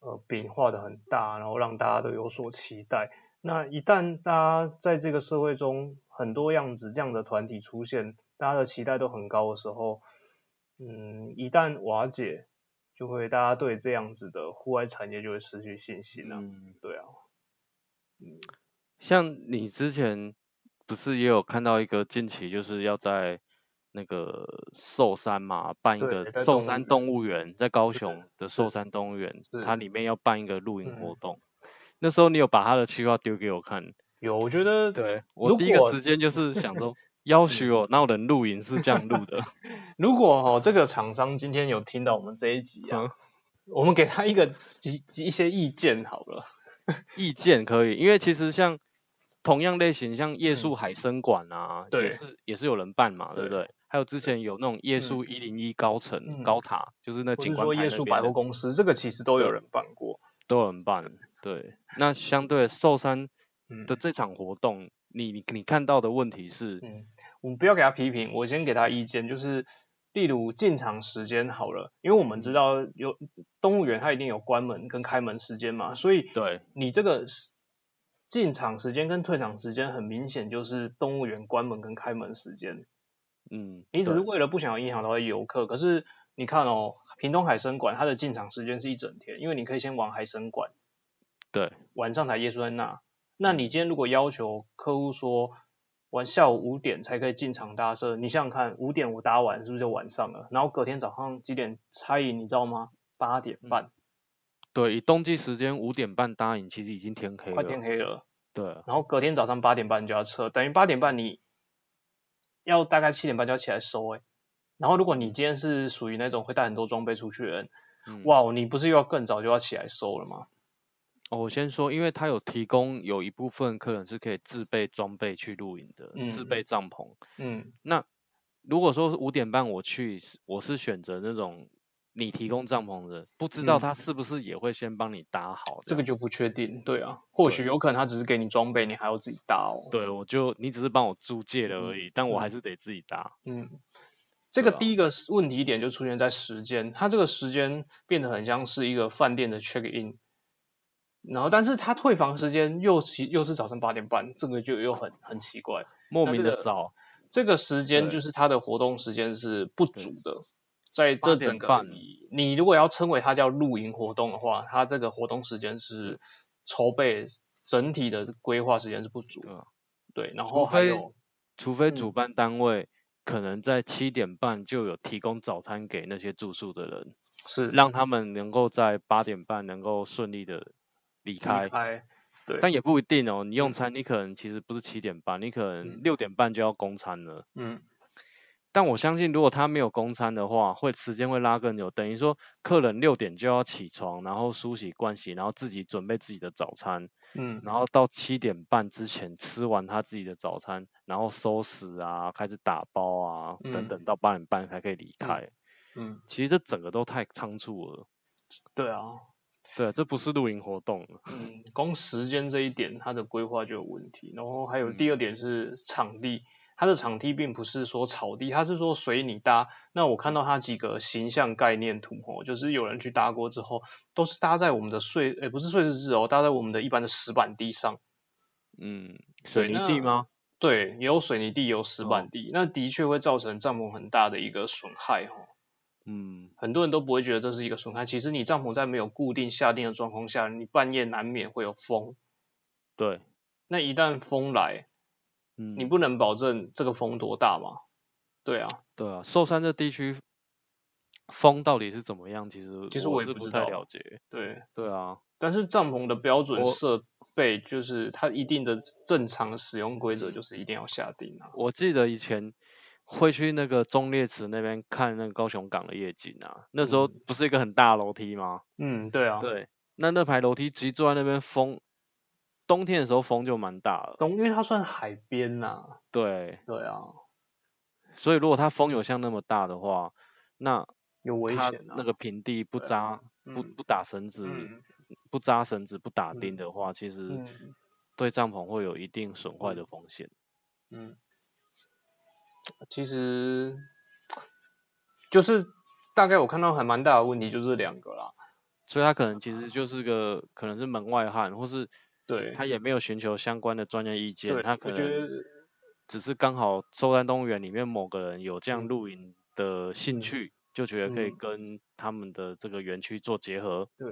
S2: 呃饼画的很大，然后让大家都有所期待。那一旦大家在这个社会中很多样子这样的团体出现，大家的期待都很高的时候，嗯，一旦瓦解，就会大家对这样子的户外产业就会失去信心了、
S1: 嗯。
S2: 对啊，
S1: 像你之前不是也有看到一个近期就是要在那个寿山嘛，办一
S2: 对
S1: 个
S2: 在动
S1: 寿
S2: 物
S1: 山
S2: 园
S1: 动物园，在高雄的寿山动物园，它
S2: 是
S1: 里面要办一个露营
S2: 嗯
S1: 活动。那时候你有把他的计划丢给我看，
S2: 有，我觉得
S1: 对
S2: 如
S1: 我第一个
S2: 果嗯
S1: 时间就是想 说，要许哦，哪有人露营是这样录的？
S2: 如果哦这个厂商今天有听到我们这一集啊，
S1: 嗯
S2: 我们给他一个几一些意见好
S1: 嗯
S2: 了，
S1: 意见可以，因为其实像同样类型，像夜
S2: 嗯
S1: 宿海参馆啊，也
S2: 对
S1: 是也是有人办嘛，对不对？还有之前有那种夜宿一零一高层、
S2: 嗯
S1: 高塔，就是那
S2: 或
S1: 景
S2: 是
S1: 观
S2: 说
S1: 台
S2: 耶
S1: 那
S2: 稣
S1: 边
S2: 百
S1: 的
S2: 货公司，这个其实都有
S1: 对
S2: 人办过，
S1: 都有人办。对，那相对寿山
S2: 嗯
S1: 的这场活动，你你你看到的问题是，
S2: 嗯，我们不要给他批评，我先给他意见，就是例如进场时间好了，因为我们知道有动物园它一定有关门跟开门时间嘛，所以
S1: 对，
S2: 你这个时进场时间跟退场时间很明显就是动物园关门跟开门时间，
S1: 嗯，
S2: 你只是
S1: 对
S2: 为了不想要影响到游客，可是你看哦，屏东海参馆它的进场时间是一整天，因为你可以先玩海参馆，
S1: 对，嗯
S2: 晚上才夜宿在那。那你今天如果要求客户说晚下午五点才可以进场搭车，你想想看，五点我搭完是不是就晚上了？然后隔天早上几点餐饮你知道吗？八点半，
S1: 对，以冬季时间五点半搭营，其实已经天嗯黑
S2: 快
S1: 了，
S2: 天黑了。
S1: 对，
S2: 然后隔天早上八点半你就要撤，等于八点半你要大概七点半就要起来收哎、欸然后如果你今天是属于那种会带很多装备出去的人，
S1: 嗯
S2: 哇，你不是又要更早就要起来收了吗？
S1: 哦，我先说，因为他有提供有一部分客人是可以自备装备去露营的，自
S2: 嗯
S1: 备帐篷。
S2: 嗯
S1: 那如果说五点半我去，是我是选择那种你提供帐篷的，不知道
S2: 嗯
S1: 他是不是也会先帮你搭好
S2: 这
S1: 样
S2: 个就不确定，对啊，或许有可能他只是给你装备，你还要自己搭哦。
S1: 对，我就你只是帮我租借了而已，但我还
S2: 嗯
S1: 是得自己搭。
S2: 嗯，这个
S1: 对啊
S2: 第一个是问题点就出现在时间，它这个时间变得很像是一个饭店的 check in，然后但是它退房时间又其又是早上八点半，这个就又很很奇怪。
S1: 莫
S2: 那
S1: 名
S2: 这
S1: 的
S2: 个
S1: 早，
S2: 这个时间
S1: 对
S2: 就是它的活动时间是不足的，在这
S1: 8点
S2: 整个
S1: 半
S2: 你你如果要称为它叫露营活动的话，它这个活动时间是筹备整体的规划时间是不足
S1: 对啊
S2: 的。对，然
S1: 除
S2: 后还
S1: 非
S2: 有
S1: 除非
S2: 嗯
S1: 主办单位可能在七点半就有提供早餐给那些住宿的人，
S2: 是
S1: 让他们能够在八点半能够顺利的离开
S2: 离。开，对，
S1: 但也不一定哦，你用餐你可能其实不是七点半，你可能
S2: 嗯
S1: 六点半就要供餐了。
S2: 嗯
S1: 但我相信，如果他没有供餐的话，会时间会拉更久，等于说客人六点就要起床，然后梳洗盥洗，然后自己准备自己的早餐，
S2: 嗯
S1: 然后到七点半之前吃完他自己的早餐，然后收拾啊，开始打包啊，等
S2: 嗯
S1: 等到八点半才可以离开。
S2: 嗯，
S1: 其实这整个都太仓促了，
S2: 对啊，
S1: 对，这不是露营活动了，
S2: 嗯，光时间这一点，它的规划就有问题。然后还有第二点是场地，它的场地并不是说草地，它是说随你搭。那我看到它几个形象概念图哦，就是有人去搭过之后，都是搭在我们的碎，诶、不是碎石子哦，搭在我们的一般的石板地上。
S1: 嗯，水
S2: 对
S1: 泥地
S2: 那
S1: 吗？
S2: 对，有水泥地，有石
S1: 哦
S2: 板地，那的确会造成帐篷很大的一个损害哦。
S1: 嗯，
S2: 很多人都不会觉得这是一个损害，其实你帐篷在没有固定下定的状况下，你半夜难免会有风。
S1: 对，
S2: 那一旦风来，
S1: 嗯，
S2: 你不能保证这个风多大嘛？对啊，
S1: 对啊，寿山这地区风到底是怎么样？其实
S2: 其实
S1: 我
S2: 我也
S1: 是
S2: 不
S1: 不
S2: 知
S1: 太
S2: 道
S1: 了解。
S2: 对。
S1: 对啊，
S2: 但是帐篷的标准
S1: 我
S2: 设备就是它一定的正常使用规则
S1: 嗯
S2: 就是一定要下定啊。
S1: 我记得以前会去那个中烈池那边看那个高雄港的夜景啊，那时候
S2: 嗯
S1: 不是一个很大的楼梯吗？
S2: 嗯，对啊。
S1: 对，那那排楼梯直接坐在那边风，冬天的时候风就蛮大了。
S2: 东，因为它算海边呐、
S1: 对，
S2: 对啊，
S1: 所以如果它风有像那么大的话，那
S2: 有危
S1: 它
S2: 险啊。
S1: 那个平地不
S2: 对
S1: 扎、不
S2: 嗯
S1: 不打绳子、
S2: 嗯
S1: 不扎绳子、不打钉
S2: 嗯
S1: 的话，其实
S2: 嗯
S1: 对帐篷会有一定损坏的风险。
S2: 嗯， 其实就是大概我看到还蛮大的问题就是这两个啦。
S1: 所以他可能其实就是个可能是门外汉，或是
S2: 啊对，
S1: 他也没有寻求相关的专业意见，
S2: 对，
S1: 他可
S2: 我觉
S1: 能
S2: 得
S1: 只是刚好寿山动物园里面某个人有这样
S2: 嗯
S1: 露营的兴
S2: 嗯
S1: 趣，就觉得可以
S2: 嗯
S1: 跟他们的这个园区做结合，
S2: 对。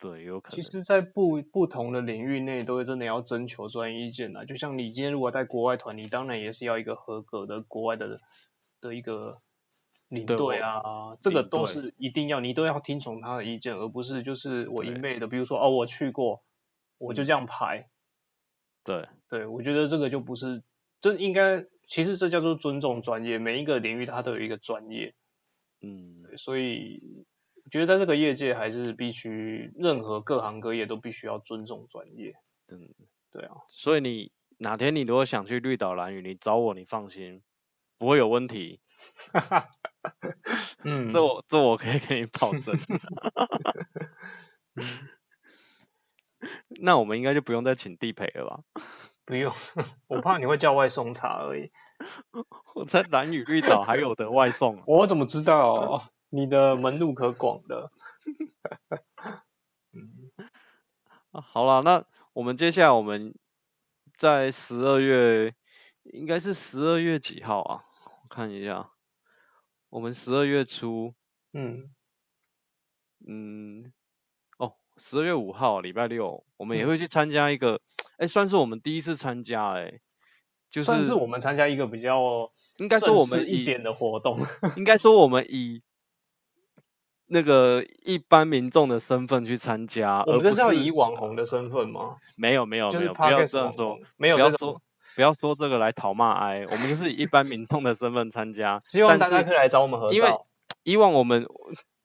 S1: 对，有可
S2: 其
S1: 能，
S2: 实，在不不同的领域内，都会真的要征求专业意见啦。就像你今天如果带国外团，你当然也是要一个合格的国外的的一个领
S1: 对
S2: 队
S1: 我
S2: 啊，这个
S1: 领
S2: 都
S1: 队
S2: 是一定要，你都要听从他的意见，而不是就是我一
S1: 对
S2: 昧的，比如说哦，我去过，我就
S1: 嗯
S2: 这样排。
S1: 对，
S2: 对，我觉得这个就不是，这应该其实这叫做尊重专业，每一个领域它都有一个专业。
S1: 嗯，
S2: 对所以我觉得在这个业界还是必须，任何各行各业都必须要尊重专业。
S1: 嗯，
S2: 对啊，
S1: 所以你哪天你如果想去绿岛蓝屿，你找我，你放心，不会有问题，
S2: 嗯
S1: 这我这我可以 给你保 证。
S2: 嗯
S1: 那我们应该就不用再请地陪了吧？
S2: 不用，我怕你会叫外送茶而已。
S1: 我在蓝屿绿岛还有的外送啊，
S2: 我怎么知道？你的门路可广的。
S1: 啊好啦，那我们接下来我们在十二月，应该是十二月几号啊？我看一下，我们十二月初，
S2: 嗯
S1: 嗯，哦，十二月五号啊礼拜六，我们也
S2: 嗯
S1: 会去参加一个，哎、算是我们第一次参加、哎，就
S2: 算是
S1: 是
S2: 我们参加一个比较
S1: 应该说
S2: 正
S1: 我
S2: 式
S1: 们
S2: 一
S1: 以，
S2: 点的活动。
S1: 应该说我们以。那个一般民众的身份去参加，而
S2: 我们这
S1: 不
S2: 是要以网红的身份吗？
S1: 没有没有没
S2: 就是
S1: 有，不要
S2: podcast
S1: 这样
S2: 网
S1: 说，
S2: 红，没有
S1: 不要
S2: 这种
S1: 说不要说这个来讨骂哀，我们就是以一般民众的身份参加。
S2: 希望
S1: 但
S2: 大家
S1: 是
S2: 可以来找我们合
S1: 因为
S2: 照。
S1: 以往我们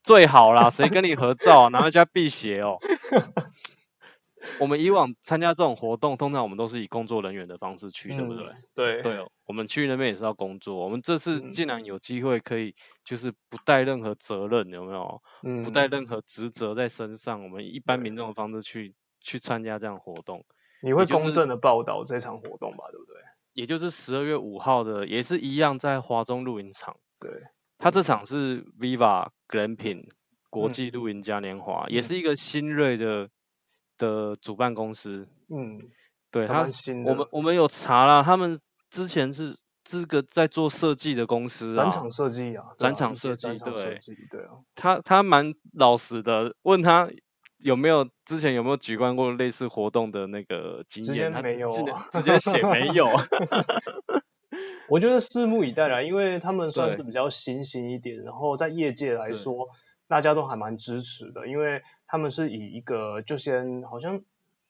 S1: 最好啦，谁跟你合照啊？然后加辟邪哦。我们以往参加这种活动，通常我们都是以工作人员的方式去，对不对？
S2: 嗯对
S1: 对哦，我们去那边也是要工作。我们这次
S2: 嗯
S1: 竟然有机会可以，就是不带任何责任，有没有？
S2: 嗯，
S1: 不带任何职责在身上，我们一般
S2: 对
S1: 民众的方式去去参加这样的活动。
S2: 你会
S1: 你就是
S2: 公正的报道这场活动吧？对不对？
S1: 也就是十二月五号的，也是一样在华中露营场。
S2: 对，
S1: 它这场是 Viva Glamping 国
S2: 嗯
S1: 际露营嘉年华，也
S2: 嗯
S1: 是一个新锐的的主办公司。
S2: 嗯，
S1: 对
S2: 还
S1: 它
S2: 蛮，新的
S1: 我们我们有查啦，他们之前是这个在做设计的公司啊
S2: 展，场设计啊，对啊
S1: 展场
S2: 一些
S1: 设计
S2: 展场设
S1: 对
S2: 计，对啊，
S1: 他他蛮老实的，问他有没有之前有没有举办过类似活动的那个经
S2: 直接
S1: 验，他
S2: 没有
S1: 直接
S2: 啊
S1: 直接写没有，
S2: 我觉得拭目以待啦，因为他们算
S1: 对
S2: 是比较新兴一点，然后在业界来
S1: 对
S2: 说，大家都还蛮支持的，因为他们是以一个就先好像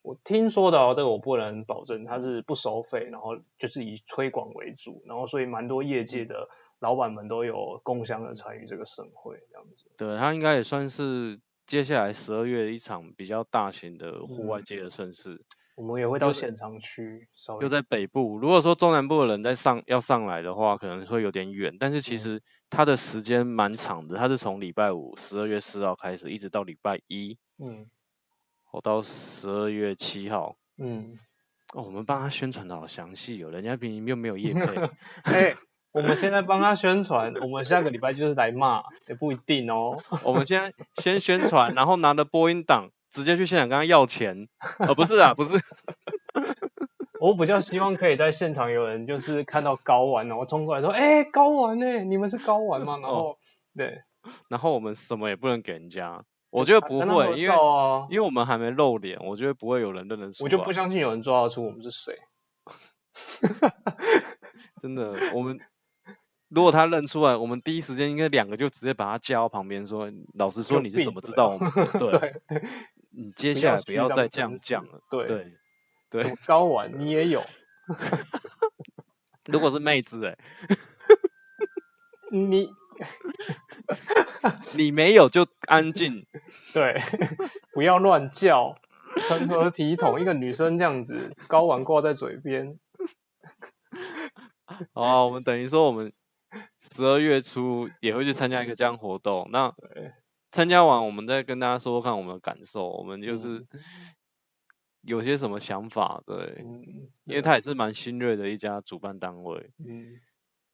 S2: 我听说的、哦，这个我不能保证，它是不收费，然后就是以推广为主，然后所以蛮多业
S1: 嗯
S2: 界的老板们都有共襄的参与这个盛会这样子。
S1: 对他应该也算是接下来十二月一场比较大型的户外界的盛事，
S2: 我们也会到
S1: 又在
S2: 现场去稍微
S1: 又在北部。如果说中南部的人在上要上来的话，可能会有点远，但是其
S2: 嗯
S1: 实它的时间蛮长的，它是从礼拜五十二月四号开始，一直到礼拜一，
S2: 嗯
S1: 哦到十二月七号。
S2: 嗯，
S1: 哦，我们帮他宣传的好详细哦，人家明明又没有业配，
S2: 哎、我们现在帮他宣传，我们下个礼拜就是来骂，也不一定哦。
S1: 我们先先宣传，然后拿着播音档直接去现场跟他要钱，哦不是啊，不是，
S2: 我比较希望可以在现场有人就是看到睾丸，然后冲过来说：“哎、睾丸呢、你们是睾丸
S1: 哦
S2: 吗？”然后、对，
S1: 然后我们什么也不能给人家，我觉得不
S2: 跟他
S1: 会，
S2: 合
S1: 因为
S2: 照啊，
S1: 因为我啊们还没露脸，我觉得不会有人认得出来。
S2: 我就不相信有人抓得出我们是谁。
S1: 真的，我们如果他认出来，我们第一时间应该两个就直接把他叫到旁边说：“老实说，
S2: 就
S1: 你是
S2: 闭
S1: 怎么知
S2: 嘴
S1: 道 我们的？对，
S2: 对
S1: 你接
S2: 不
S1: 下
S2: 要
S1: 来不
S2: 虚
S1: 要
S2: 张
S1: 再这
S2: 声
S1: 样
S2: 势
S1: 讲了。”
S2: 对，
S1: 对，
S2: 什
S1: 对
S2: 么，睾丸 你也有，
S1: 如果是妹子、欸，
S2: 你
S1: 你没有就安静。
S2: 对， 不要乱叫，成何 体统？一个女生这样子，睾丸挂在嘴边，
S1: 哦，我们等于说我们十二月初也会去参加一个这样活动。那
S2: 对
S1: 参加完，我们再跟大家说说看我们的感受，我们
S2: 嗯
S1: 就是有些什么想法，对，
S2: 嗯，
S1: 因为它也是蛮新锐的一家主办单位。
S2: 嗯，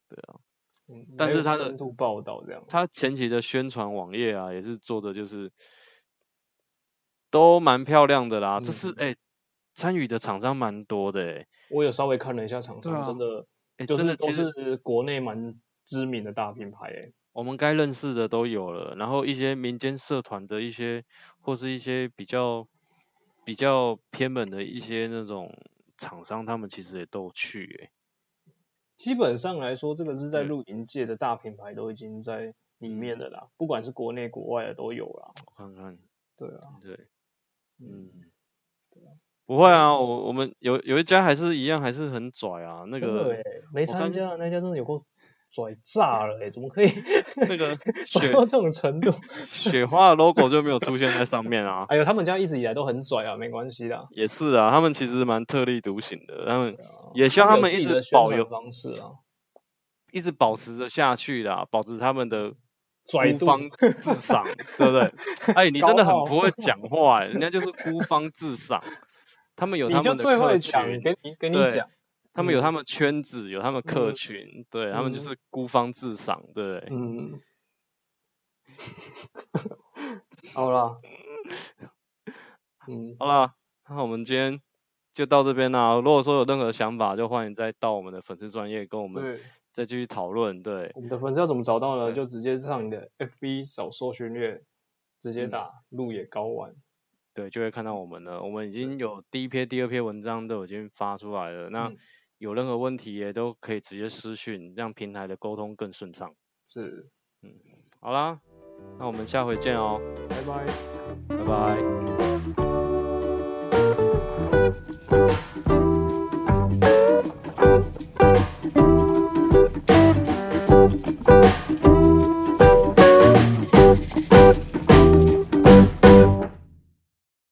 S1: 对啊
S2: 嗯，
S1: 但
S2: 还有
S1: 是他的
S2: 深度报道这样，
S1: 它前期的宣传网页啊，也是做的就是都蛮漂亮的啦。这次
S2: 嗯
S1: 哎、参与的厂商蛮多的哎、
S2: 我有稍微看了一下厂
S1: 对
S2: 商，
S1: 啊
S2: 真的。
S1: 哎、
S2: 就
S1: 真的
S2: 是
S1: 其
S2: 都
S1: 实
S2: 是国内蛮知名的大品牌诶、
S1: 我们该认识的都有了，然后一些民间社团的一些或是一些比较比较偏门的一些那种厂商，他们其实也都去哎、
S2: 基本上来说，这个是在
S1: 嗯
S2: 露营界的大品牌都已经在里面的啦，不管是国内国外的都有啦。
S1: 我看看，
S2: 对啊，
S1: 对，
S2: 嗯，
S1: 嗯。不会啊，我我们有有一家还是一样，还是很拽啊。那
S2: 真的诶、
S1: 个
S2: 没参加的那家真的有够拽炸了诶、怎么可以
S1: 那个
S2: 拽
S1: 雪
S2: 到这种程度？
S1: 雪花的 logo 就没有出现在上面啊。
S2: 哎呦，他们家一直以来都很拽啊，没关系啦。
S1: 也是啊，他们其实蛮特立独行的，他们
S2: 对啊
S1: 也希望他们
S2: 有自己
S1: 一直
S2: 的宣
S1: 保
S2: 传
S1: 有
S2: 方式啊，
S1: 一直保持着下去啦，保持他们的
S2: 拽
S1: 孤
S2: 度
S1: 芳自赏，对不 对？哎，你真的很
S2: 高傲
S1: 不会讲话、欸，人家就是孤芳自赏，他们有
S2: 你
S1: 他
S2: 就
S1: 们的
S2: 最会
S1: 客
S2: 讲，
S1: 群，
S2: 给你给你
S1: 对
S2: 讲，
S1: 他们有
S2: 嗯
S1: 他们圈子，有他们客
S2: 嗯
S1: 群，对他们就
S2: 嗯
S1: 是孤芳自赏，对不对？
S2: 嗯， 好 啦，嗯，
S1: 好啦，那我们今天就到这边啦。如果说有任何想法，就欢迎再到我们的粉丝专业跟我们
S2: 对，
S1: 再继续讨论，对。
S2: 我们的粉丝要怎么找到呢？
S1: 对
S2: 就直接上你的 FB 找搜寻略，直接
S1: 嗯
S2: 打鹿野高玩，
S1: 对，就会看到我们了。我们已经有第一篇、第二篇文章都已经发出来了，那
S2: 嗯
S1: 有任何问题也都可以直接私讯，让平台的沟通更顺畅。
S2: 是，
S1: 好啦，那我们下回见哦，
S2: 拜拜。
S1: 拜拜。